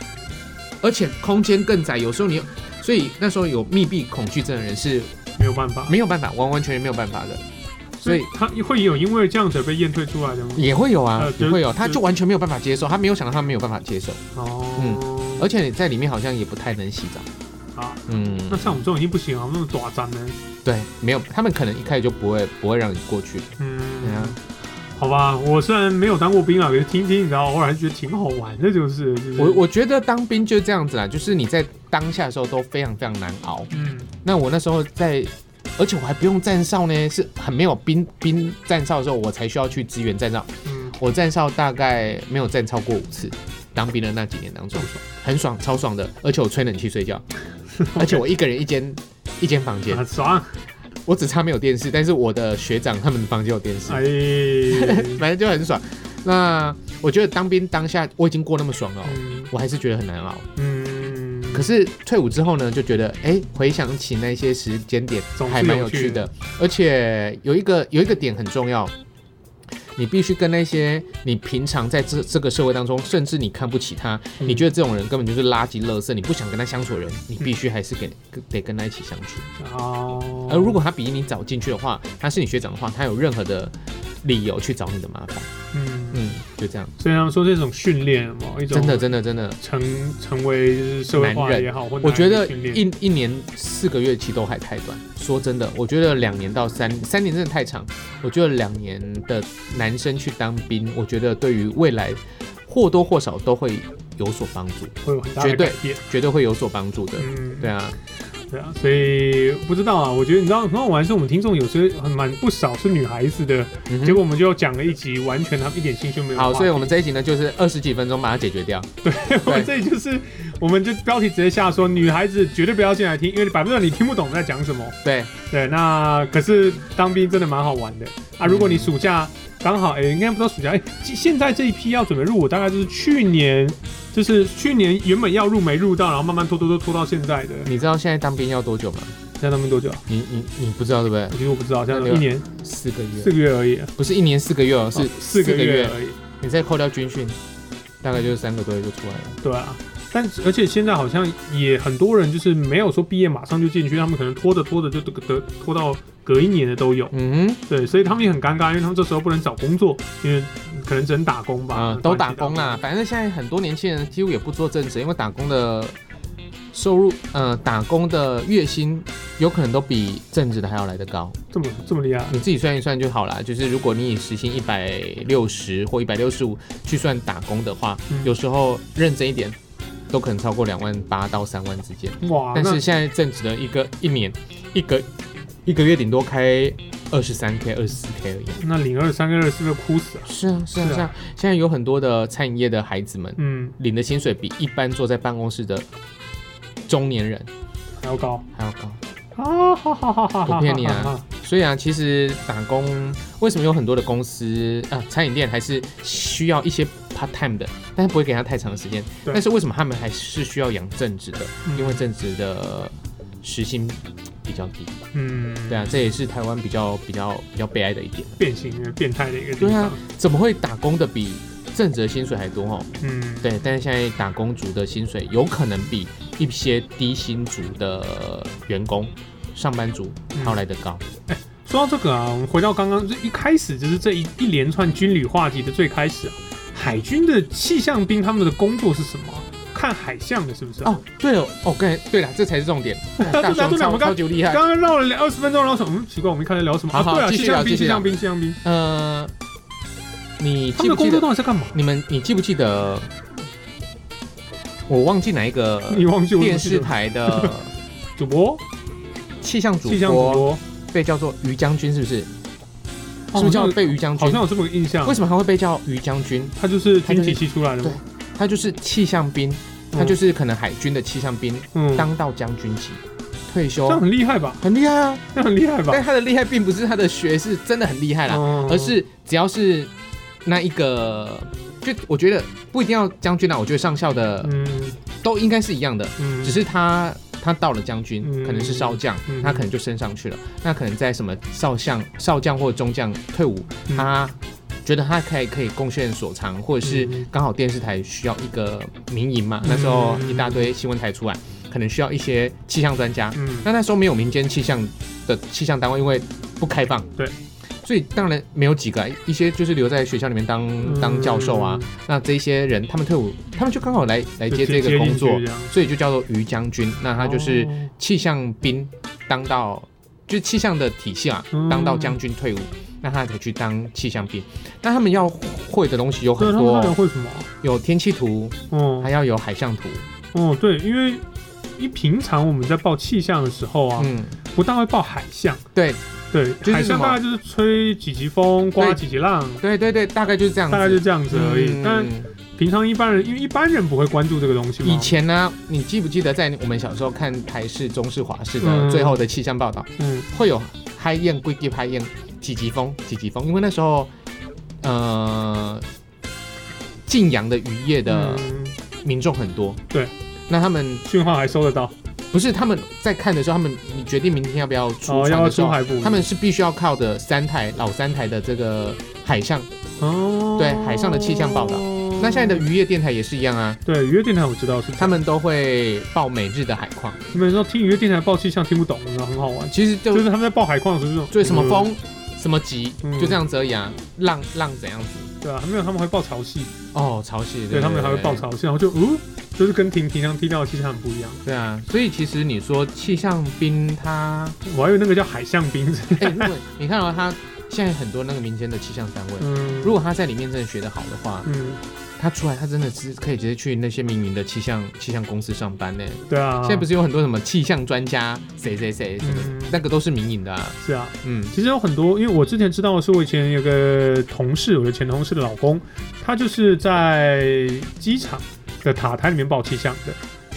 S2: 而且空间更窄，有时候你所以那时候有密闭恐惧症的人是
S1: 没有办法，
S2: 没有办法，完完全全没有办法的，所以
S1: 他会有因为这样子被验退出来的吗？
S2: 也会有啊
S1: 呃，就
S2: 也会有，
S1: 就
S2: 他就完全没有办法接受，他没有想到他没有办法接受，
S1: 哦，
S2: 嗯而且你在里面好像也不太能洗澡。
S1: 啊，
S2: 嗯，
S1: 那像我们这种已经不行啊，我们那种短暂的，
S2: 对，没有，他们可能一开始就不会不会让你过去。对
S1: 嗯
S2: 啊，
S1: 好吧，我虽然没有当过兵啊，可是听听，你知道，偶尔还是觉得挺好玩的，就是，就是
S2: 我，我觉得当兵就是这样子啦，就是你在当下的时候都非常非常难熬。
S1: 嗯，
S2: 那我那时候在，而且我还不用站哨呢，是很没有兵兵站哨的时候，我才需要去支援站哨。
S1: 嗯，
S2: 我站哨大概没有站超过五次，当兵的那几年当中，很爽，超爽的。而且我吹冷气睡 觉，而且我一个人一间一间房间，
S1: 很爽，
S2: 我只差没有电视，但是我的学长他们的房间有电视，
S1: 哎，
S2: 反正就很爽。那我觉得当兵当下我已经过那么爽了哦，
S1: 嗯
S2: 我还是觉得很难熬。
S1: 嗯，
S2: 可是退伍之后呢，就觉得哎、诶回想起那些时间点
S1: 总是
S2: 还蛮
S1: 有
S2: 有
S1: 趣
S2: 趣的，而且有一个有一个点很重要，你必须跟那些你平常在这这个社会当中，甚至你看不起他，
S1: 嗯
S2: 你觉得这种人根本就是垃圾、垃圾，你不想跟他相处的人，你必须还是给得跟他一起相处。
S1: 哦，
S2: 而如果他比你早进去的话，他是你学长的话，他有任何的理由去找你的麻烦，
S1: 嗯，
S2: 嗯，就这样，
S1: 虽然说这种训练嘛，一种
S2: 真的真的真的，
S1: 成成为就是社会化也好，或者
S2: 我觉得
S1: 训练
S2: 一一年四个月期都还太短。说真的，我觉得两年到三三年真的太长。我觉得两年的男生去当兵，我觉得对于未来或多或少都会有所帮助，
S1: 会有很大的
S2: 绝对
S1: 改变，
S2: 绝对会有所帮助的。
S1: 嗯，
S2: 对啊，
S1: 对啊，所以不知道啊，我觉得你知道很好玩，是我们听众有些很蛮不少是女孩子的，
S2: 嗯哼
S1: 结果我们就讲了一集，完全他们一点兴趣没有的话
S2: 好，
S1: 题。
S2: 所以 我们这一集呢，就是二十几分钟把它解决掉。
S1: 我们这里就是，我们就标题直接下说，女孩子绝对不要进来听，因为百分之百你听不懂我们在讲什么。
S2: 对，
S1: 对，那可是当兵真的蛮好玩的
S2: 嗯
S1: 啊！如果你暑假刚好，哎、应该不知道暑假，哎、现现在这一批要准备入伍，大概就是去年，就是去年原本要入没入到，然后慢慢拖拖拖拖到现在的。
S2: 你知道现在当兵要多久吗？
S1: 现在当兵多久啊？
S2: 你你你不知道对不对？
S1: 其实我不知道，现在
S2: 那你
S1: 一年
S2: 四个
S1: 四个
S2: 月，
S1: 月而已，啊
S2: 不是一年四个月哦，是
S1: 哦四个月而已。
S2: 你再扣掉军训，大概就是三个多月就出来了。
S1: 对啊，但是而且现在好像也很多人就是没有说毕业马上就进去，他们可能拖着拖着就得得拖到隔一年的都有。
S2: 嗯哼。
S1: 对，所以他们也很尴尬，因为他们这时候不能找工作，因为可能只能打工吧。
S2: 啊、都打工啦。反正现在很多年轻人几乎也不做正职，因为打工的收入，呃，打工的月薪有可能都比正职的还要来得高。
S1: 这么这么厉害，
S2: 你自己算一算就好啦。就是如果你以时薪一百六十或一百六十五去算打工的话，
S1: 嗯
S2: 有时候认真一点，都可能超过两万八到三万之间。
S1: 哇！
S2: 嗯但
S1: 那
S2: 是现在正职的一个一年一个一个月顶多开二十三 k、二十四 k 而已。
S1: 那零二三个二是不是哭死啊？
S2: 是啊，是啊，
S1: 是啊
S2: 是啊。现在有很多的餐饮业的孩子们，
S1: 嗯，
S2: 领的薪水比一般坐在办公室的中年人
S1: 还要高
S2: 还要高。
S1: 啊！哈哈哈哈！
S2: 我骗你啊！所以啊，其实打工为什么有很多的公司啊、餐饮店还是需要一些 part time 的，但是不会给他太长的时间。
S1: 对
S2: 但是为什么他们还是需要养正职的？因为正职的时薪比较低。
S1: 嗯，
S2: 对啊，，这也是台湾比较比较比较悲哀的一点。
S1: 变形的变态的一个地
S2: 对啊
S1: 方。，
S2: 怎么会打工的比正职的薪水还多哦？
S1: 嗯，
S2: 对，但是现在打工族的薪水有可能比一些低薪族的员工、上班族
S1: 嗯
S2: 还要来得高。
S1: 说到这个啊，我们回到刚刚这一开始，就是这一一连串军旅话题的最开始啊，海军的气象兵他们的工作是什么啊？看海象的，是不是啊？
S2: 哦，对了，哦，刚才对了，这才是重点。哇 大
S1: 对了对了
S2: 雄
S1: 我
S2: 超
S1: 们刚
S2: 超级厉害。
S1: 刚刚绕了二十分钟，然后说，嗯，奇怪，我们一开始聊什么？
S2: 好好
S1: 啊，对啊，
S2: 继
S1: 气
S2: 续聊
S1: 象兵，
S2: 继
S1: 气
S2: 续聊
S1: 象兵，气象兵，
S2: 呃，你
S1: 他
S2: 记
S1: 们的
S2: 不
S1: 工
S2: 记
S1: 作
S2: 得？
S1: 到底在干嘛？
S2: 你们你记不记得？我忘记哪一个
S1: 你忘记我
S2: 电
S1: 怎么记
S2: 视
S1: 得
S2: 台 的
S1: 主播，
S2: 气象主
S1: 气象主
S2: 播
S1: 播，
S2: 被叫做于将军，是不是？
S1: 哦
S2: 是不是
S1: 好
S2: 叫
S1: 像
S2: 被于将
S1: 好
S2: 军
S1: 像？有这么个印象
S2: 为。什么他会被叫于将军？
S1: 他就是
S2: 他就
S1: 军
S2: 是
S1: 体系出来的嘛，
S2: 他就是气象兵，他就是可能海军的气象兵，
S1: 嗯，
S2: 当到将军级，退
S1: 这
S2: 休
S1: 样很厉害吧？
S2: 很厉害啊。
S1: 这样很厉害吧
S2: 但？他的厉害并不是他的学是真的很厉害啦，
S1: 嗯
S2: 而是只要是那一个，就我啊觉得不一定要将军啦，我觉得上校的
S1: 嗯
S2: 都应该是一样的，
S1: 嗯，
S2: 只是他他到了将军
S1: 嗯，
S2: 可能是少将
S1: 嗯，
S2: 他可能就升上去了。那可能在什么少将、少将或中将退伍，
S1: 嗯
S2: 他觉得他可以可以贡献所长，或者是
S1: 嗯
S2: 刚好电视台需要一个民营嘛，那时候
S1: 嗯
S2: 一大堆新闻台出来，可能需要一些气象专家。
S1: 嗯
S2: 那那时候没有民间气象的气象单位，因为不开放。
S1: 对。
S2: 所以当然没有几个啊，一些就是留在学校里面当
S1: 嗯
S2: 当教授啊，，那这些人他们退伍，他们就刚好来来
S1: 嗯
S2: 接这个工，作
S1: 就，进去
S2: 所以就叫做于将军。那他就是
S1: 哦
S2: 气象兵当到，就是气象的体系啊
S1: 嗯，
S2: 当到将军退伍，那他才去当气象兵。那他们要会的东西有
S1: 这
S2: 很
S1: 样对，他
S2: 多
S1: 们到底
S2: 哦，
S1: 会什么啊？
S2: 有天气图，
S1: 哦
S2: 还要有海象图。
S1: 哦，对，因为一平常我们在报气象的时候啊，
S2: 嗯，
S1: 不大会报海象。
S2: 对
S1: 对，
S2: 就是
S1: 海
S2: 什
S1: 象
S2: 么
S1: 大概就是吹几级风，刮
S2: 对
S1: 几级浪，
S2: 对对对，大概就是这样
S1: 大概就
S2: 子。
S1: 这样子而已。
S2: 嗯
S1: 但平常一般人，因为一般人不会关注这个东西嘛。
S2: 以前呢、你记不记得在我们小时候看台视、中视、华视
S1: 嗯
S2: 的最后的气象报道？
S1: 嗯
S2: 会有嗨燕归地嗨燕几级风几级风，因为那时候呃晋阳的渔业的
S1: 嗯
S2: 民众很多，
S1: 对，
S2: 那他们
S1: 讯号还收得到，
S2: 不是他们在看的时候，他们你决定明天要不要出
S1: 哦，
S2: 船
S1: 要
S2: 的时
S1: 出
S2: 候，
S1: 海捕鱼，
S2: 他们是必须要靠的三台老三台的这
S1: 嗯
S2: 个海上。
S1: 哦，
S2: 对海上的气象报道。那现在的渔业电台也是一样啊，
S1: 对渔业电台我知道是
S2: 他，们都会报每日的海况，
S1: 你们说听渔业电台报气象听不懂，你知道很好玩，
S2: 其实就
S1: 就是他嗯们在报海况的时候这种，
S2: 就是什么风。什么急
S1: 嗯
S2: 就这样子而已啊，浪浪怎样子？
S1: 嗯，对啊，还没有他们会报潮汐，
S2: 哦，潮汐，
S1: 对他们还会
S2: 对
S1: 报潮汐，然后就哦，就是跟平平常听到的气象很不一样，
S2: 对啊，所以其实你说气象兵他，
S1: 我还以为那个叫海象兵，
S2: 哎、如果你看到他现在很多那个民间的气象单位，
S1: 嗯，
S2: 如果他在里面真的学得好的话，
S1: 嗯，
S2: 他出来他真的是可以直接去那些民营的气象气象公司上班呢。
S1: 对啊，
S2: 现在不是有很多什么气象专家谁谁谁什么，
S1: 嗯
S2: 那个都是民营的啊。
S1: 是啊，
S2: 嗯
S1: 其实有很多，因为我之前知道的是，我以前有个同事，我的前同事的老公，他就是在机场的塔台里面报气象的。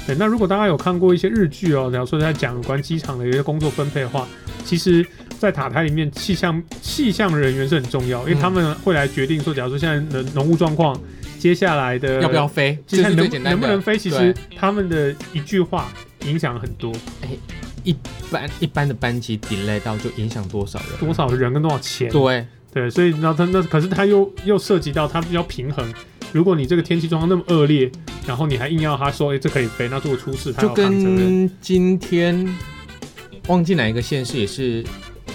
S1: 对，那如果大家有看过一些日剧哦，假如说在讲有关机场的一些工作分配的话，其实，在塔台里面气象气象人员是很重要，因为
S2: 嗯
S1: 他们会来决定说，假如说现在的农务状况，接下来的
S2: 要不要，飞？
S1: 接
S2: 这
S1: 下来
S2: 是
S1: 呃
S2: 最
S1: 能
S2: 简单的。
S1: 能不能飞，其实
S2: 对
S1: 他们的一句话影响很多，
S2: 班一般的班级 delay 到就影响多少人？啊
S1: 多少人跟多少钱，
S2: 对，
S1: 对，所以然后他那可是他又又涉及到他比较平衡。如果你这个天气状况那么恶劣，然后你还硬要他说，哎、这可以飞，那如果出事，他
S2: 就
S1: 要扛责任。
S2: 跟今天忘记哪一个县市也是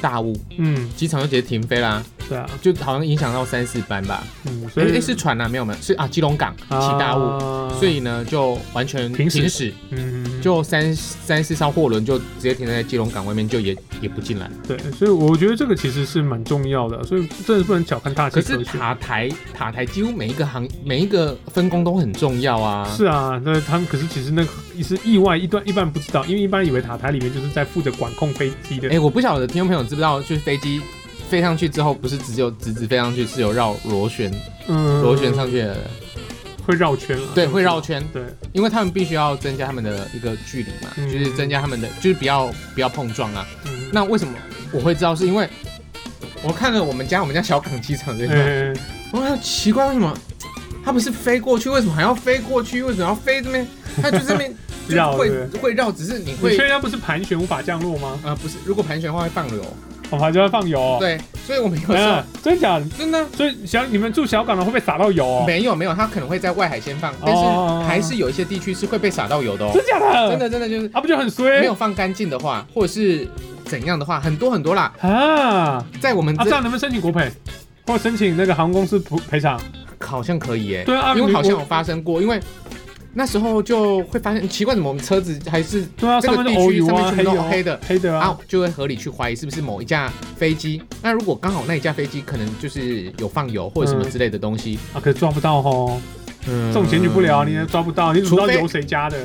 S2: 大雾，
S1: 嗯，
S2: 机场就直接停飞啦，
S1: 对啊，
S2: 就好像影响到三四班吧。
S1: 嗯，所
S2: 哎、
S1: 以、
S2: 诶是船啊，没有没有，是啊，基隆港起大雾，
S1: 啊
S2: 所以呢就完全
S1: 停
S2: 停
S1: 驶
S2: 驶，
S1: 嗯，
S2: 就三三四艘货轮就直接停在基隆港外面，就也也不进来。
S1: 对，所以我觉得这个其实是蛮重要的，所以真的不能小看大气
S2: 可
S1: 科
S2: 是
S1: 学。
S2: 塔台塔台几乎每一个行每一个分工都很重要啊。
S1: 是啊，那他们可是其实那个是意外一段，一般不知道，因为一般以为塔台里面就是在负责管控飞机的
S2: 哎、，我不晓得听众朋友知不知道，就是飞机飞上去之后，不是只有直直飞上去，是有绕螺旋
S1: 嗯，
S2: 螺旋上去的，
S1: 会绕圈了，
S2: 对，会绕圈，
S1: 对，
S2: 因为他们必须要增加他们的一个距离嘛，
S1: 嗯
S2: 就是增加他们的，就是不要不要碰撞啊。
S1: 嗯，
S2: 那为什么我会知道？是因为我看了我们家我们家小港机场这边，
S1: 嗯、
S2: 我很奇怪为什么它不是飞过去，为什么还要飞过去？为什么要飞 这边？它就这边就是
S1: 绕
S2: 会
S1: 对
S2: 会绕，只是你
S1: 你
S2: 会
S1: 确定它不是盘旋无法降落吗？
S2: 啊、不是，如果盘旋的话会放流。
S1: 我们还在放油、哦。
S2: 对，所以我们有时候
S1: 嗯，真假的？
S2: 真的。
S1: 所以小你们住小港的会不会撒到油哦？
S2: 没有没有，它可能会在外海先放，但
S1: 哦
S2: 是还是有一些地区是会被撒到油的哦。
S1: 真假的？
S2: 真，的真的就是
S1: 啊不就很衰？
S2: 没有放干净的话，或者是怎样的话，很多很多啦。
S1: 啊啊！
S2: 在我们
S1: 这
S2: 这、
S1: 样能不能申请国赔，或申请那个航空公司补赔偿？
S2: 好像可以耶、
S1: 对啊，
S2: 因为
S1: 你
S2: 好像有发生过，因为那时候就会发现奇怪，怎么我们车子还是
S1: 对啊，
S2: 这
S1: 上
S2: 个
S1: 面都
S2: 地区
S1: 欧油
S2: 上
S1: 啊，黑
S2: 面全部
S1: 油
S2: 都黑的，
S1: 黑的啊
S2: 啊，，就会合理去怀疑是不是某一架飞机。那如果刚好那一架飞机可能就是有放油或者什么
S1: 嗯
S2: 之类的东西，
S1: 啊可是抓不到哦，
S2: 嗯，
S1: 这种检举不了，你也抓不到，你怎么知道油谁加的？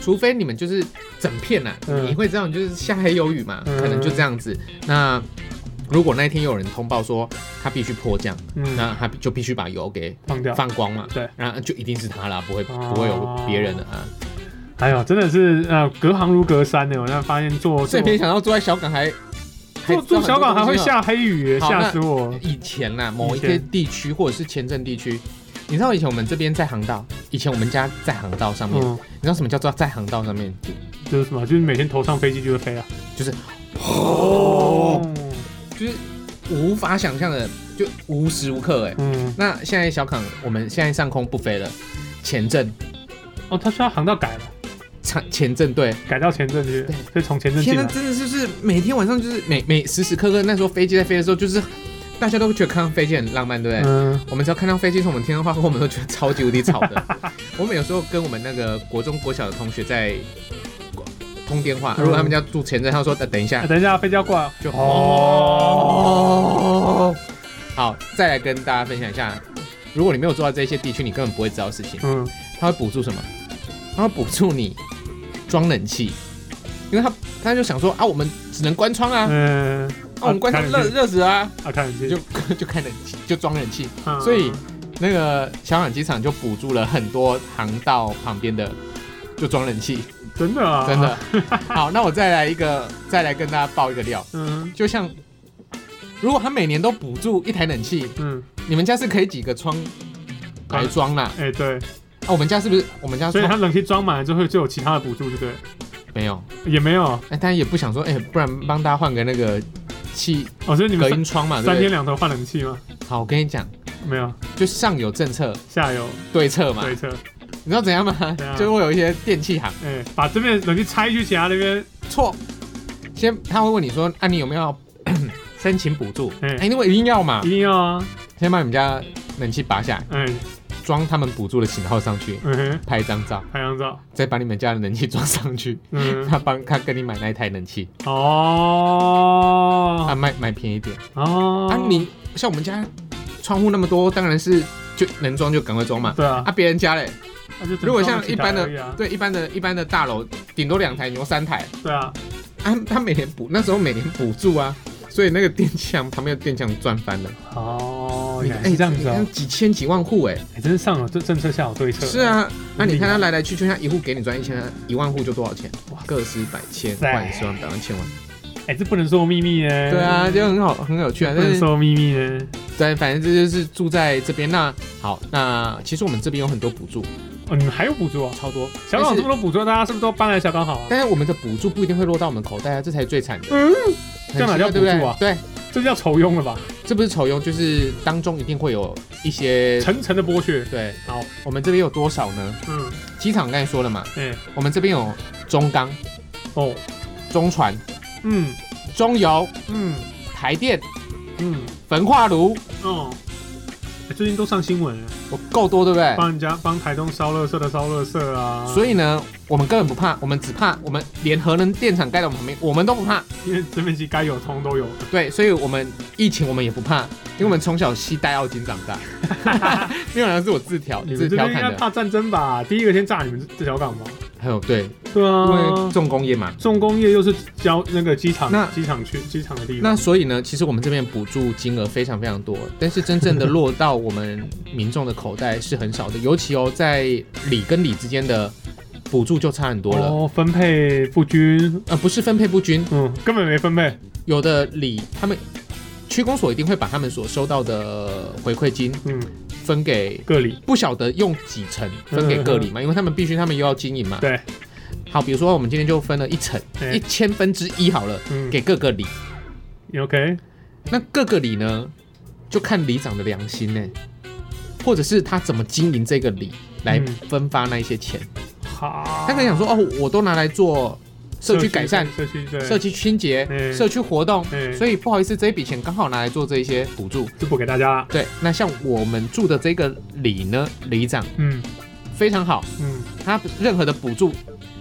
S2: 除非你们就是整片呐、
S1: 嗯
S2: 你会知道你就是下黑有雨嘛，
S1: 嗯
S2: 可能就这样子。那如果那一天有人通报说他必须迫降，
S1: 嗯，
S2: 那他就必须把油给
S1: 放掉。
S2: 放光嘛，
S1: 对，
S2: 那就一定是他啦，不会
S1: 哦
S2: 不会有别人的啊。
S1: 哎呦，真的是呃，隔行如隔山呢。我现在发现做
S2: 所
S1: 做
S2: 以别想到住在小港还
S1: 做做小港还会。
S2: 还
S1: 下黑雨，
S2: 好那
S1: 吓死我！
S2: 以前呐、某一
S1: 以
S2: 些
S1: 前
S2: 地区或者是前镇地区，你知道以前我们这边在航道，以前我们家在航道上面，
S1: 嗯，
S2: 你知道什么叫做在航道上面？
S1: 就是什么，就是每天头上飞机就会飞啊。
S2: 哦，，就是无法想象的，就无时无刻哎、
S1: 嗯，
S2: 那现在小康，我们现在上空不飞了，前阵
S1: 哦，他说他航道改了，
S2: 前前阵对，
S1: 改到前阵去
S2: 对，
S1: 所以从前阵进
S2: 天呐，
S1: 来。
S2: 真的就是每天晚上就是每每时时刻刻，那时候飞机在飞的时候，就是大家都觉得看到飞机很浪漫，对不对？
S1: 嗯，
S2: 我们只要看到飞机从我们天上划过，我们都觉得超级无敌吵 的。我们有时候跟我们那个国中、国小的同学在通电话，
S1: 嗯
S2: 如果他们家住前镇，他说、呃、等一下
S1: 啊等一下飞机要过来，
S2: 就
S1: 哦，
S2: 哦。好，再来跟大家分享一下，如果你没有做到这些地区，你根本不会知道的事情。
S1: 嗯，
S2: 他会补助什么？他会补助你装冷气，因为他他就想说啊，我们只能关窗啊，
S1: 嗯，
S2: 啊，我们关窗热热死了啊，
S1: 啊，看冷气
S2: 就 就开冷气，就装冷气。
S1: 嗯
S2: 所以那个小港机场就补助了很多航道旁边的就装冷气，
S1: 真的啊，
S2: 真，的。好，那我再来一个，再来跟大家爆一个料，
S1: 嗯
S2: 就像如果他每年都补助一台冷气，
S1: 嗯，
S2: 你们家是可以几个窗来装啦？
S1: 哎对，
S2: 啊，我们家是不是我们家
S1: 所以他
S2: 窗
S1: 冷气装满了之后就有其他的补助，对不对了？
S2: 没有？
S1: 也没有，哦
S2: 哎，但也不想说，哎，不然帮大家换个那个气
S1: 哦，所以你
S2: 隔
S1: 们
S2: 音窗嘛，
S1: 三
S2: 对
S1: 三
S2: 不
S1: 天
S2: 对？
S1: 两头换冷气吗？
S2: 好，我跟你讲，
S1: 没有，
S2: 就上有政策
S1: 下游
S2: 对策嘛，
S1: 对啊车，
S2: 你知道怎样吗
S1: 怎？样
S2: 就会有一些电器行
S1: 哎，把这边冷气拆去其他那边，
S2: 错，先他会问你说，啊，你有没有 要申请补助？
S1: 嗯
S2: 哎，因为一定要嘛
S1: 一，定要啊，
S2: 先把你们家冷气拔下来，
S1: 哎，
S2: 装他们补助的型号上去，
S1: 嗯哼，
S2: 拍一张照，
S1: 拍张照，
S2: 再把你们家的冷气 装上去。
S1: 嗯，
S2: 他帮他跟你买那一台冷气，
S1: 哦
S2: 他卖卖便宜一点
S1: 哦，
S2: 啊。你像我们家窗户那么多，当然是就能装就赶快装嘛。
S1: 对啊
S2: 啊，，别人家嘞，
S1: 那就只能
S2: 如果像
S1: 装
S2: 一般的
S1: 几台而已啊
S2: 对一般的一般的大楼，顶多两台，你用三台
S1: 对啊，
S2: 啊。他每年补那时候每年补助啊，所以那个电 箱旁边的电箱赚翻了。
S1: 哦，
S2: 你
S1: 原来是这样子
S2: 你
S1: 哦
S2: 看，几千几万户哎、
S1: 哎，真是上有政政策，下有对策，
S2: 是，啊，那你
S1: 厉害
S2: 看他来来去去，他一户给你赚一千，一万户就多少钱？
S1: 哇
S2: 个十百千
S1: 塞
S2: 万十万百万千万，
S1: 哎，这不能说秘密呢，
S2: 对啊，就很好很有趣啊。
S1: 不
S2: 但
S1: 能
S2: 是
S1: 说秘密呢，
S2: 对，反正这就是住在这边。那好，那其实我们这边有很多补助，
S1: 哦，你们还有补助啊？
S2: 超多。
S1: 小港
S2: 但
S1: 这
S2: 是
S1: 么多补助，大家是不是都搬来小港好啊？
S2: 但是我们的补助不一定会落到我们口袋啊，这才是最惨的。
S1: 嗯，
S2: 很
S1: 这样哪
S2: 奇
S1: 叫
S2: 怪对不对
S1: 补助啊
S2: 对，
S1: 这叫愁庸了吧？
S2: 这不是丑用，就是当中一定会有一些。
S1: 层层的剥削，
S2: 对，
S1: 好，
S2: 我们这边有多少呢？
S1: 嗯，
S2: 机场刚才说了嘛，
S1: 哎，
S2: 我们这边有中钢、
S1: 哦，
S2: 中船、
S1: 嗯
S2: 中油、
S1: 嗯
S2: 台电、
S1: 嗯，
S2: 焚化炉，
S1: 哦。哎最近都上新闻了，
S2: 我够多，对不对？
S1: 帮人家帮台东烧垃圾的烧垃圾啊，
S2: 哎所以呢，我们根本不怕，我们只怕我们连核能电厂盖在我们旁边，我们都不怕。
S1: 因为这边其实该有通都有，
S2: 对，所以我们疫情我们也不怕，因为我们从小吸带奥金长大。 没有啦，是我自调
S1: 你
S2: 自
S1: 们这
S2: 调
S1: 边应该
S2: 侃的。
S1: 怕战争吧？第一个先炸你们这小港吧？
S2: 还有对，
S1: 对
S2: 因
S1: 啊
S2: 为，重工业嘛。
S1: 重工业又是交那个机场
S2: 那
S1: 机场区机场的地方，
S2: 那所以呢，其实我们这边补助金额非常非常多，但是真正的落到我们民众的口袋是很少的，尤其哦，在里跟里之间的补助就差很多了。
S1: 哦，分配不均，
S2: 呃，不是分配不均，
S1: 嗯，根本没分配，
S2: 有的里他们区公所一定会把他们所收到的回馈金
S1: 嗯，
S2: 分给
S1: 各里，
S2: 不晓得用几成分给各里嘛，因为他们必须他们又要经营嘛。
S1: 嗯对，
S2: 好，比如说我们今天就分了一成，
S1: 对
S2: 一千分之一好了，
S1: 嗯
S2: 给各个里。
S1: ，OK，
S2: 那各个里呢，就看里长的良心呢、或者是他怎么经营这个里来
S1: 嗯
S2: 分发那一些钱。
S1: 好，
S2: 他可能想说，哦，我都拿来做社区改善、
S1: 社区对，
S2: 社区清洁、
S1: 嗯
S2: 社区活动，
S1: 嗯
S2: 所以不好意思，这一笔钱刚好拿来做这一些补助。
S1: 就不给大家了，
S2: 对，那像我们住的这个里呢，里长
S1: 嗯
S2: 非常好，
S1: 嗯，
S2: 他任何的补助，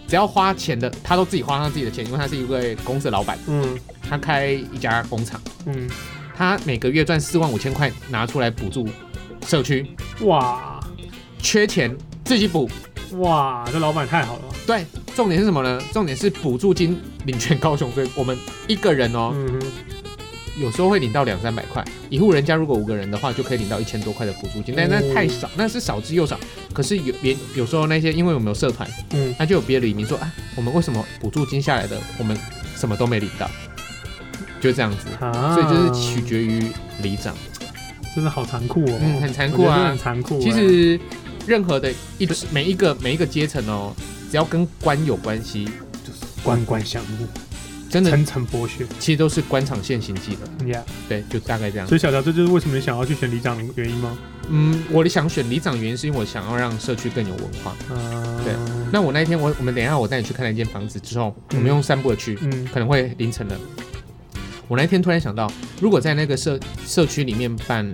S2: 只要花钱的，他都自己花上自己的钱，因为他是一位公司的老板，
S1: 嗯
S2: 他开一家工厂，
S1: 嗯，
S2: 他每个月赚四万五千块拿出来补助社区，
S1: 哇
S2: 缺钱自己补。
S1: 哇，这老板太好了，
S2: 对，重点是什么呢？重点是补助金领全高雄，所以我们一个人哦，
S1: 嗯
S2: 有时候会领到两三百块，一户人家如果五个人的话，就可以领到一千多块的补助金，但那
S1: 哦
S2: 太少，那是少之又少。可是有连有时候那些，因为我们有社团，
S1: 嗯，
S2: 那就有别的理民说啊，我们为什么补助金下来的，我们什么都没领到，就这样子。
S1: 啊，
S2: 所以就是取决于里长，
S1: 真的好残酷哦，
S2: 嗯，很残酷
S1: 我觉得
S2: 啊
S1: 真的很。残酷欸，
S2: 其实任何的一每一个每一个阶层哦，只要跟官有关系，
S1: 就是官官相护，
S2: 真的
S1: 层层剥削。
S2: 其实都是官场现行记的，
S1: Yeah，
S2: 对，就大概这样。
S1: 所以小乔，这就是为什么你想要去选里长的原因吗？
S2: 嗯，我想选里长原因是因为我想要让社区更有文化。
S1: 嗯，
S2: 对，那我那一天我我们等一下我带你去看了一间房子之后，我们用散步的去，
S1: 嗯
S2: 可能会凌晨了。我那一天突然想到，如果在那个社社区里面办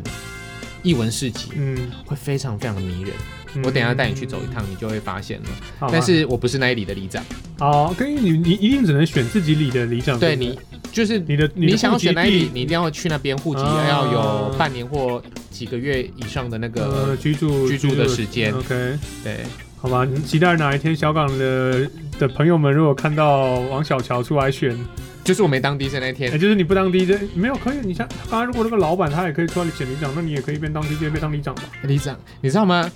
S2: 艺文市集，
S1: 嗯，
S2: 会非常非常的迷人。
S1: 嗯
S2: 我等一下带你去走一趟，你就会发现了。
S1: 好啊
S2: 但是我不是那一里的里长，
S1: 哦，跟你你一定只能选自己里的里长，
S2: 对
S1: 不
S2: 你就是
S1: 你的
S2: 你
S1: 的
S2: 想要
S1: 户籍
S2: 选哪一里
S1: 地，
S2: 你一定要去那边户籍
S1: 啊
S2: 要有半年或几个月以上的那
S1: 呃
S2: 个。
S1: 居住
S2: 居住的时间
S1: OK，
S2: 对，
S1: 好吧，期待哪一天小港的的朋友们如果看到王小乔出来选，
S2: 就是我没当 DJ 那
S1: 哎、
S2: 天，
S1: 就是你不当 DJ 没有可以，你像刚刚如果那个老板他也可以出来选里长，那你也可以一边当 DJ 一边当里长嘛。
S2: 里长，你知道吗？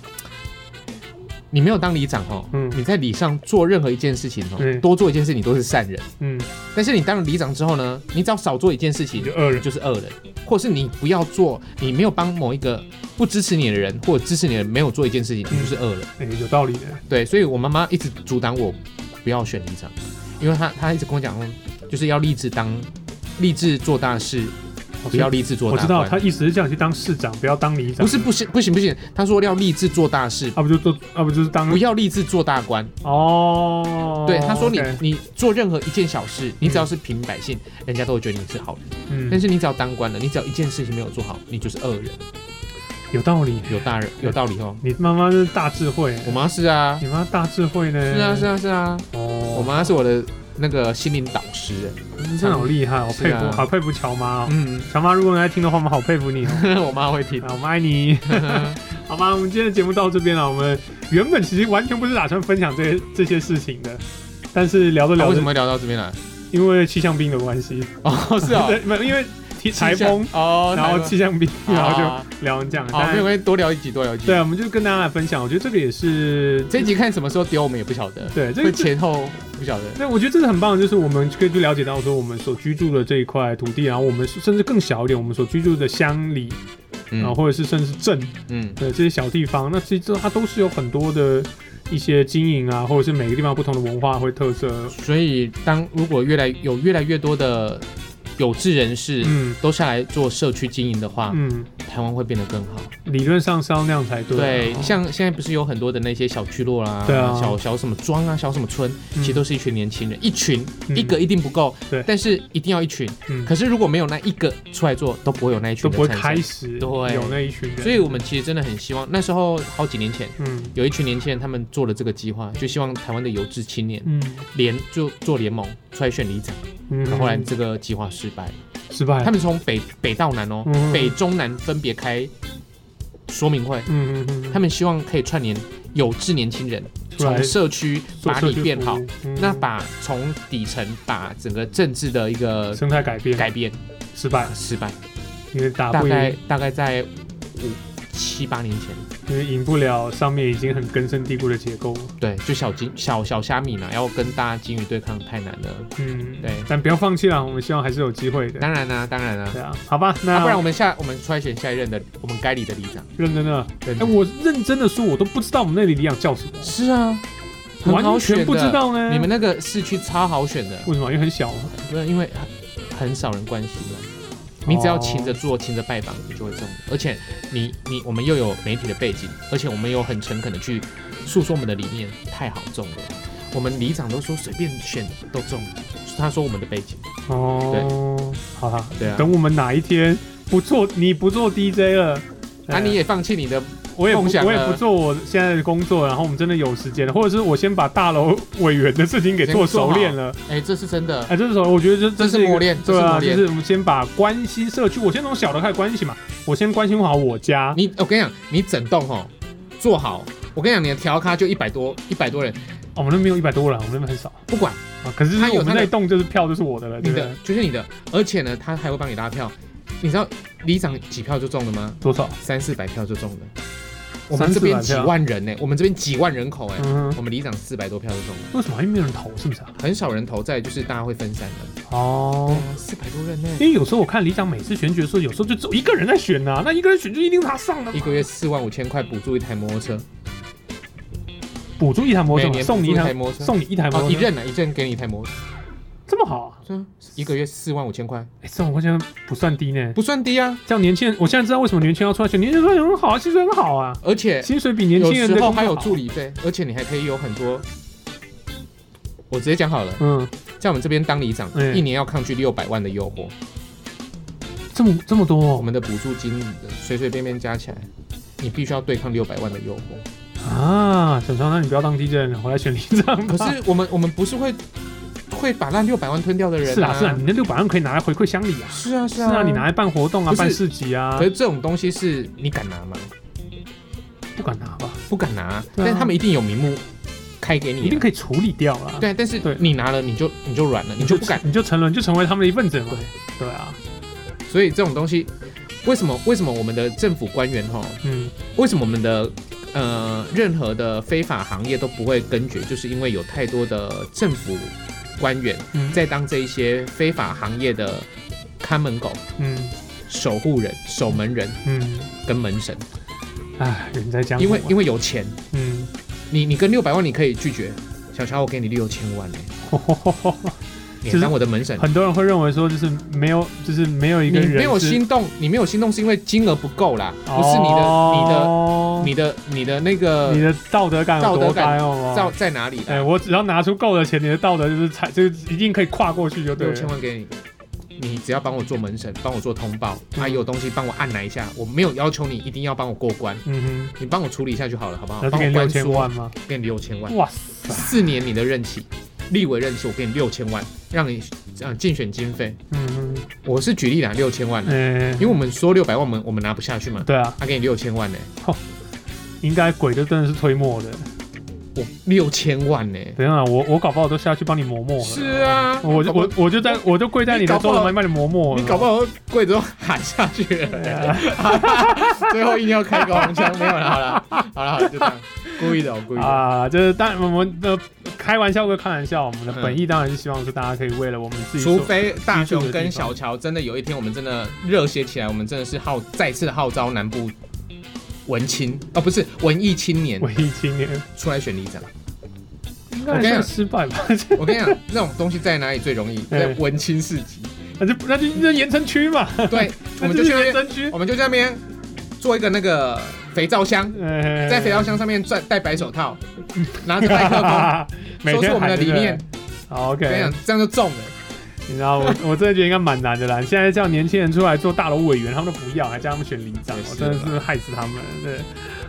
S2: 你没有当里长哦，
S1: 嗯
S2: 你在里上做任何一件事情
S1: 对
S2: 哦，多做一件事你都是善人，
S1: 嗯，
S2: 但是你当了里长之后呢，你只要少做一件事情
S1: 你就恶人。
S2: 就是恶人，或是你不要做，你没有帮某一个不支持你的人或者支持你的人没有做一件事情，你就是恶人。
S1: 哎、有道理的。
S2: 对，所以我妈妈一直阻挡我不要选里长，因为她她一直跟我讲说，就是要立志当立志做大事，不要立志做
S1: 我
S2: 大
S1: 知道
S2: 官
S1: 他。意思是叫你去当市长，不要当里长。
S2: 不是不行不行不行，她说要立志做大事，
S1: 啊，不就做啊，不就是当
S2: 不要立志做大官。
S1: 哦？
S2: 对，她说你
S1: OK，
S2: 你做任何一件小事，你只要是平百姓，人家都会觉得你是好人。但
S1: 嗯，
S2: 是你只要当官了，你只要一件事情没有做好，你就是恶人。
S1: 有道理。
S2: 有大人有道理哦。
S1: 你妈妈是大智慧，
S2: 我妈是啊，
S1: 你妈大智慧呢？
S2: 是啊是啊是啊，
S1: 哦，
S2: 我妈是我的那个心灵导师。
S1: 你真的好厉害哦，我
S2: 是
S1: 佩
S2: 啊
S1: 服，好佩服乔妈哦。
S2: 嗯，
S1: 乔妈，如果你在听的话，我们好佩服你哦。
S2: 我妈会听。
S1: 啊，我们爱 你。好吧，我们今天的节目到这边了。我们原本其实完全不是打算分享这些这些事情的，但是聊着
S2: 那
S1: 聊
S2: 啊为什
S1: 着，
S2: 么会聊到这 边来？
S1: 因为气象病的关系，
S2: 哦，是哦
S1: 对，， 没有因为台台风，
S2: 哦，
S1: 然后
S2: 台
S1: 气象病，
S2: 风
S1: 然后就
S2: 哦
S1: 聊成这样。
S2: 好，没
S1: 但
S2: 有关系，多聊一集，多聊一集。
S1: 对，，我啊们就跟大家来分享。我觉得这个也是，
S2: 这一集看什么时候丢，我们也不晓得，
S1: 对这
S2: 会
S1: 个这。
S2: 前后不晓得。
S1: 对，我觉得这是很棒的，就是我们可以去了解到说我们所居住的这一块土地，然后我们甚至更小一点，我们所居住的乡里，然后
S2: 嗯
S1: 或者是甚至镇，
S2: 嗯，
S1: 对这些小地方，那其实这它都是有很多的一些经营啊，或者是每个地方不同的文化或特色。
S2: 所以当如果越来有越来越多的有志人士
S1: 嗯
S2: 都下来做社区经营的话，
S1: 嗯，
S2: 台湾会变得更好。
S1: 理论上是要那样才对
S2: 对
S1: 啊。，
S2: 像现在不是有很多的那些小聚落啦，
S1: 对啊
S2: 小小什么庄啊，小什么村，
S1: 嗯
S2: 其实都是一群年轻人，一群
S1: 嗯
S2: 一个一定不够，
S1: 对
S2: 但是一定要一群。
S1: 嗯
S2: 可是如果没有那一个出来做，都不会有那一
S1: 都
S2: 群
S1: 不会
S2: 的产
S1: 开
S2: 生。
S1: 始
S2: 对
S1: 有那一群人，
S2: 所以我们其实真的很希望，那时候好几年前，
S1: 嗯
S2: 有一群年轻人他们做了这个计划，就希望台湾的有志青年
S1: 嗯
S2: 联就做联盟出来选里长，
S1: 嗯，
S2: 然后后来这个计划失败了。
S1: 失败了，
S2: 他们从北北到南哦，
S1: 嗯
S2: 北中南分别开说明会，
S1: 嗯嗯嗯，
S2: 他们希望可以串联有志年轻人，
S1: 出来
S2: 从社区
S1: 做
S2: 把
S1: 社
S2: 你
S1: 区
S2: 变
S1: 服务
S2: 好，，
S1: 嗯
S2: 那把从底层把整个政治的一个
S1: 生态改变
S2: 改变呃
S1: 失 败，
S2: 失败，
S1: 因为打
S2: 大
S1: 啊不
S2: 概
S1: 赢，
S2: 大概在五七八年前，
S1: 因为赢不了上面已经很根深蒂固的结构了。
S2: 对，就小金小小虾米呢，要跟大家金鱼对抗太难了。
S1: 嗯，
S2: 对
S1: 但不要放弃啦，我们希望还是有机会的。
S2: 当然啦、当然啦、
S1: 对啊，好吧，那
S2: 啊不然我们下我们出来选下一任的我们该里的里长，
S1: 认真的。
S2: 对
S1: 哎、，我认真的说，我都不知道我们那里里养叫什么，
S2: 是啊，很好
S1: 完全
S2: 选
S1: 不知
S2: 的。
S1: 道啊呢。
S2: 你们那个市区超好选的，
S1: 为什么？因为很小啊嘛。
S2: 不是因为很很少人关心的，你只要勤着做、勤着拜访，你就会中。而且你你我们又有媒体的背景，而且我们又很诚恳的去诉说我们的理念，太好中了。我们里长都说随便选都中，他说我们的背景，
S1: 哦，好啦，
S2: 对啊，
S1: 等我们哪一天不做你不做 DJ 了，
S2: 那、啊你也放弃你的，
S1: 我也不
S2: 梦想
S1: 我也
S2: 了
S1: 不做我现在的工作，然后我们真的有时间了，或者是我先把大楼委员的事情给做熟练了。
S2: 哎、这是真的
S1: 哎、，这是什么？我觉得这
S2: 这
S1: 是
S2: 是
S1: 一个
S2: 磨练，这
S1: 对
S2: 是
S1: 啊，
S2: 磨
S1: 就
S2: 练。
S1: 是我们先把关心社区，我先从小的开始关心嘛，我先关心好我家，
S2: 你我跟你讲，你整栋哦做好，我跟你讲，你的调咖就一百多一百多人，
S1: 哦我们那边有一百多人，我们那边很少
S2: 不管
S1: 啊。可是
S2: 他有
S1: 我们
S2: 他的
S1: 那一栋就是票就是我的了，对
S2: 你
S1: 不
S2: 的
S1: 对？
S2: 就是你的，而且呢，他还会帮你拉票。你知道里长几票就中了吗？
S1: 多少？
S2: 三四百票就中了。我们这边几万人呢、我们这边几万人口哎、
S1: 嗯，
S2: 我们里长四百多票就中了，
S1: 为什么还没有人投？是不是啊？
S2: 很少人投，在就是大家会分散的。
S1: 哦，
S2: 四百多人呢、
S1: 因为有时候我看里长每次选举的时候，有时啊候就只有一个人在选呐、那一个人选就一定他上的嘛。
S2: 一个月四万五千块补助一台摩托车，
S1: 补助一台摩
S2: 每
S1: 托车，
S2: 年
S1: 送你一
S2: 租台
S1: 台，
S2: 摩托车，
S1: 送你一台摩
S2: 哦
S1: 托
S2: 一
S1: 车，
S2: 任啊，一任给你一台摩托车，
S1: 这么好啊？
S2: 对啊一个月四万五千块，
S1: 哎，四万块钱不算低呢。
S2: 不算低啊。
S1: 这样年轻人，我现在知道为什么年轻人要出来选，年轻人说很好啊，薪水很好啊，
S2: 而且
S1: 薪水比年
S2: 有
S1: 轻人的
S2: 时候
S1: 工作
S2: 还有
S1: 好
S2: 助，理费，而且你还可以有很多。我直接讲好了，
S1: 嗯，
S2: 在我们这边当里长，
S1: 嗯
S2: 一年要抗拒六百万的诱惑，
S1: 这么这么多
S2: 我
S1: 哦
S2: 们的补助金随随便便加起来，你必须要对抗六百万的诱惑。
S1: 啊，小强，那你不要当 DJ 了，回来选里长吧。
S2: 可是啊我们我们不是会会把那六百万吞掉的人、
S1: 是啊
S2: 啊，
S1: 是啊，你那六百万可以拿来回馈乡里啊，
S2: 是啊是
S1: 是
S2: 啊
S1: 啊，你拿来办活动啊，
S2: 不是
S1: 办市集啊
S2: 可，是这种东西是你敢拿吗？
S1: 不敢拿吧，
S2: 不敢拿，
S1: 对啊
S2: 但是他们一定有名目开给你啊、
S1: 一定可以处理掉啦。
S2: 对啊，但是
S1: 对
S2: 你拿了你就你就软了，你就 不敢。
S1: 你就沉沦，就成为他们的一份子嘛。对啊，
S2: 所以这种东西，为什么为什么我们的政府官员哈，
S1: 嗯，
S2: 为什么我们的呃任何的非法行业都不会根绝，就是因为有太多的政府官员
S1: 嗯
S2: 在当这一些非法行业的看门狗、
S1: 嗯
S2: 守护人、守门人
S1: 嗯，
S2: 跟门神，
S1: 唉，人在江湖啊，
S2: 因为因为有钱，
S1: 嗯，
S2: 你你跟六百万你可以拒绝，小乔我给你六千万呢、欸你
S1: 就是
S2: 当我的门神。
S1: 嗯 很多人会认为说，就是没有，就是没有一
S2: 你
S1: 个人
S2: 没有
S1: 是，
S2: 心动，你没有心动是因为金额不够啦，不是
S1: 哦
S2: 你的、你的、你的、你的那个
S1: 你的道德感有
S2: 道
S1: 多
S2: 德感
S1: 高哦？
S2: 在在哪里
S1: 哎、
S2: 的？
S1: 我只要拿出够的钱，你的道德就是踩，就是一定可以跨过去就对
S2: 六千
S1: 了。
S2: 万给你，你只要帮我做门神，帮我做通报，
S1: 嗯
S2: 啊，有东西帮我按哪一下，我没有要求你一定要帮我过关，
S1: 嗯
S2: 你帮我处理一下就好了，好不好
S1: 哼，那？就
S2: 帮
S1: 给
S2: 我
S1: 你六
S2: 关
S1: 千
S2: 说，
S1: 万吗？
S2: 给你六千万，
S1: 哇塞，
S2: 四年你的任期，立委任期我给你六千万，让你呃竞选经费，
S1: 嗯哼，
S2: 我是举例啦，六千万，
S1: 哎、
S2: 因为我们说六百万，我们我们拿不下去嘛，
S1: 对啊，
S2: 他、给你六千万呢、
S1: 应该鬼就真的是推磨的。
S2: 我六千万呢、
S1: 等一下，我我搞不好都下去帮你磨磨了。
S2: 是，啊，
S1: 我就
S2: 搞不好
S1: 我我就在我就跪在你的桌子旁帮你磨磨了。
S2: 你搞不好柜子都喊下去了，
S1: 对啊？
S2: 最后硬要开个黄腔，没有了，好了，好了，好了，就这样，故意的，哦我故意的，
S1: 啊，就是当然我们的开玩笑归开玩笑，我们的
S2: 嗯
S1: 本意当然是希望说大家可以为了我们自己所，
S2: 除非啊大雄跟小乔真的有一天我们真的热血起来，我们真的是号再次号召南部文青哦，不是文艺青年
S1: 文艺青年，
S2: 出来选里长。
S1: 应
S2: 我
S1: 该
S2: 跟你
S1: 算
S2: 讲
S1: 失败吧？
S2: 我跟你讲，那种东西在哪里最容易？在文青市集。
S1: 那就那就那盐城区嘛，
S2: 对，我
S1: 那
S2: 们
S1: 就
S2: 就是去那
S1: 盐
S2: 边，
S1: 城区。
S2: 我们就在那边做一个那个肥皂箱，
S1: 呃
S2: 在肥皂箱上面戴戴白手套，拿着麦 克风。
S1: 哎啊每
S2: 说出
S1: 天
S2: 我们的
S1: 喊
S2: 理
S1: 对不对
S2: 念。
S1: 好
S2: 跟你
S1: ，OK，
S2: 讲，这样就中了。
S1: 你知道我我真的觉得应该蛮难的啦。现在叫年轻人出来做大楼委员，他们都不要，还叫他们选里长，
S2: 也
S1: 我
S2: 是
S1: 真的是
S2: 啦
S1: 害死他们了。对，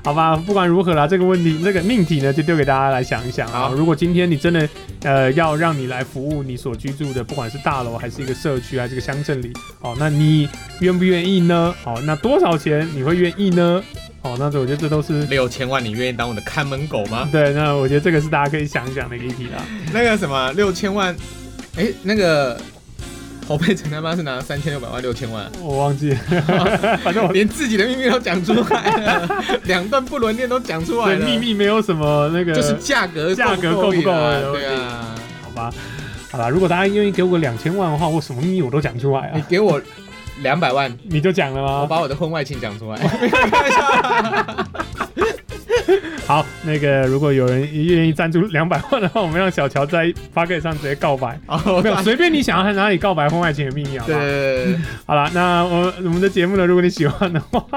S1: 好吧， 不管如何啦，这个问题这个命题呢，就丢给大家来想一想啊。
S2: 好
S1: 如果今天你真的呃要让你来服务你所居住的，不管是大楼还是一个社区还是一个乡镇里，哦，那你愿不愿意呢？哦，那多少钱你会愿意呢？哦，那这我觉得这都是。
S2: 六千万，你愿意当我的看门狗吗？
S1: 对，那我觉得这个是大家可以想一想的一个议题啦。
S2: 那个什么，六千万，哎、那个侯佩岑他妈是拿了三千六百万，六千万，
S1: 我忘记了，反正我
S2: 连自己的秘密都讲出来了，两段不伦恋都讲出来
S1: 对
S2: 了，
S1: 秘密没有什么那个，
S2: 就是价格
S1: 价格
S2: 够
S1: 够不够
S2: 而
S1: 的
S2: 已啦
S1: 问题
S2: 对啊，
S1: 好吧。好啦，如果大家愿意给我个两千万的话，我什么秘密我都讲出来
S2: 你
S1: 啊，
S2: 给我两百万，
S1: 你就讲了
S2: 哎我
S1: 吗？
S2: 把我的婚外情讲出来，开玩笑啊
S1: 好，那个如果有人愿意赞助两百万的话，我们让小乔在 p o c a s t 上直接告白，
S2: 好，
S1: 没有
S2: 对
S1: 随便你想要在哪里告白婚外情的秘密，好
S2: 对啊
S1: 吧？
S2: 对对对
S1: 好啦，那我我们的节目呢，如果你喜欢的话。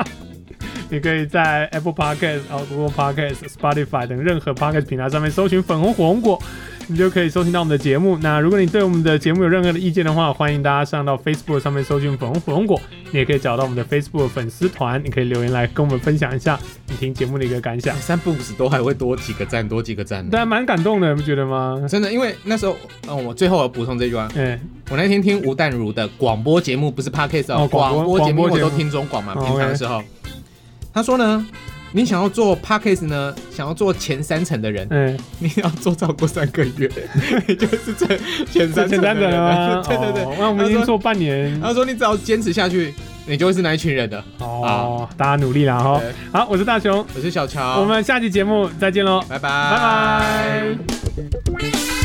S1: 你可以在 Apple Podcast、啊 Google Podcast、Spotify 等任何 Podcast 平台上面搜寻“粉红火龙果”，你就可以收听到我们的节目。那如果你对我们的节目有任何的意见的话，欢迎大家上到 Facebook 上面搜寻“粉红火龙果”，你也可以找到我们的 Facebook 粉丝团，你可以留言来跟我们分享一下你听节目的一个感想，
S2: 三不五时都还会多几个赞，多几个赞
S1: 但蛮感动的，你不觉得吗？
S2: 真的，因为那时候，嗯，我最后我补充这句话，
S1: 哎、
S2: 我那天听吴淡如的广播节目，不是 podcast 哦
S1: 哦，广播
S2: 播节目，
S1: 广播
S2: 因为
S1: 节目
S2: 我都听中广嘛，
S1: 哦
S2: 平常的时候，他说呢，你想要做 podcast 呢，想要做前三层的人，
S1: 哎，
S2: 你要做超过三个月， 你就是这
S1: 这
S2: 前
S1: 简
S2: 三层
S1: 单
S2: 的
S1: 的
S2: 人
S1: 了
S2: 啊。
S1: 吗？
S2: 对对对，
S1: 哦那我们已
S2: 他
S1: 经
S2: 说
S1: 做半年，
S2: 他说你只要坚持下去，你就会是那一群人的。
S1: 哦，大家努力啦哈
S2: 对！
S1: 好，我是大雄，
S2: 我是小乔，
S1: 我们下期节目再见喽，
S2: 拜拜
S1: 拜拜。
S3: Thank you.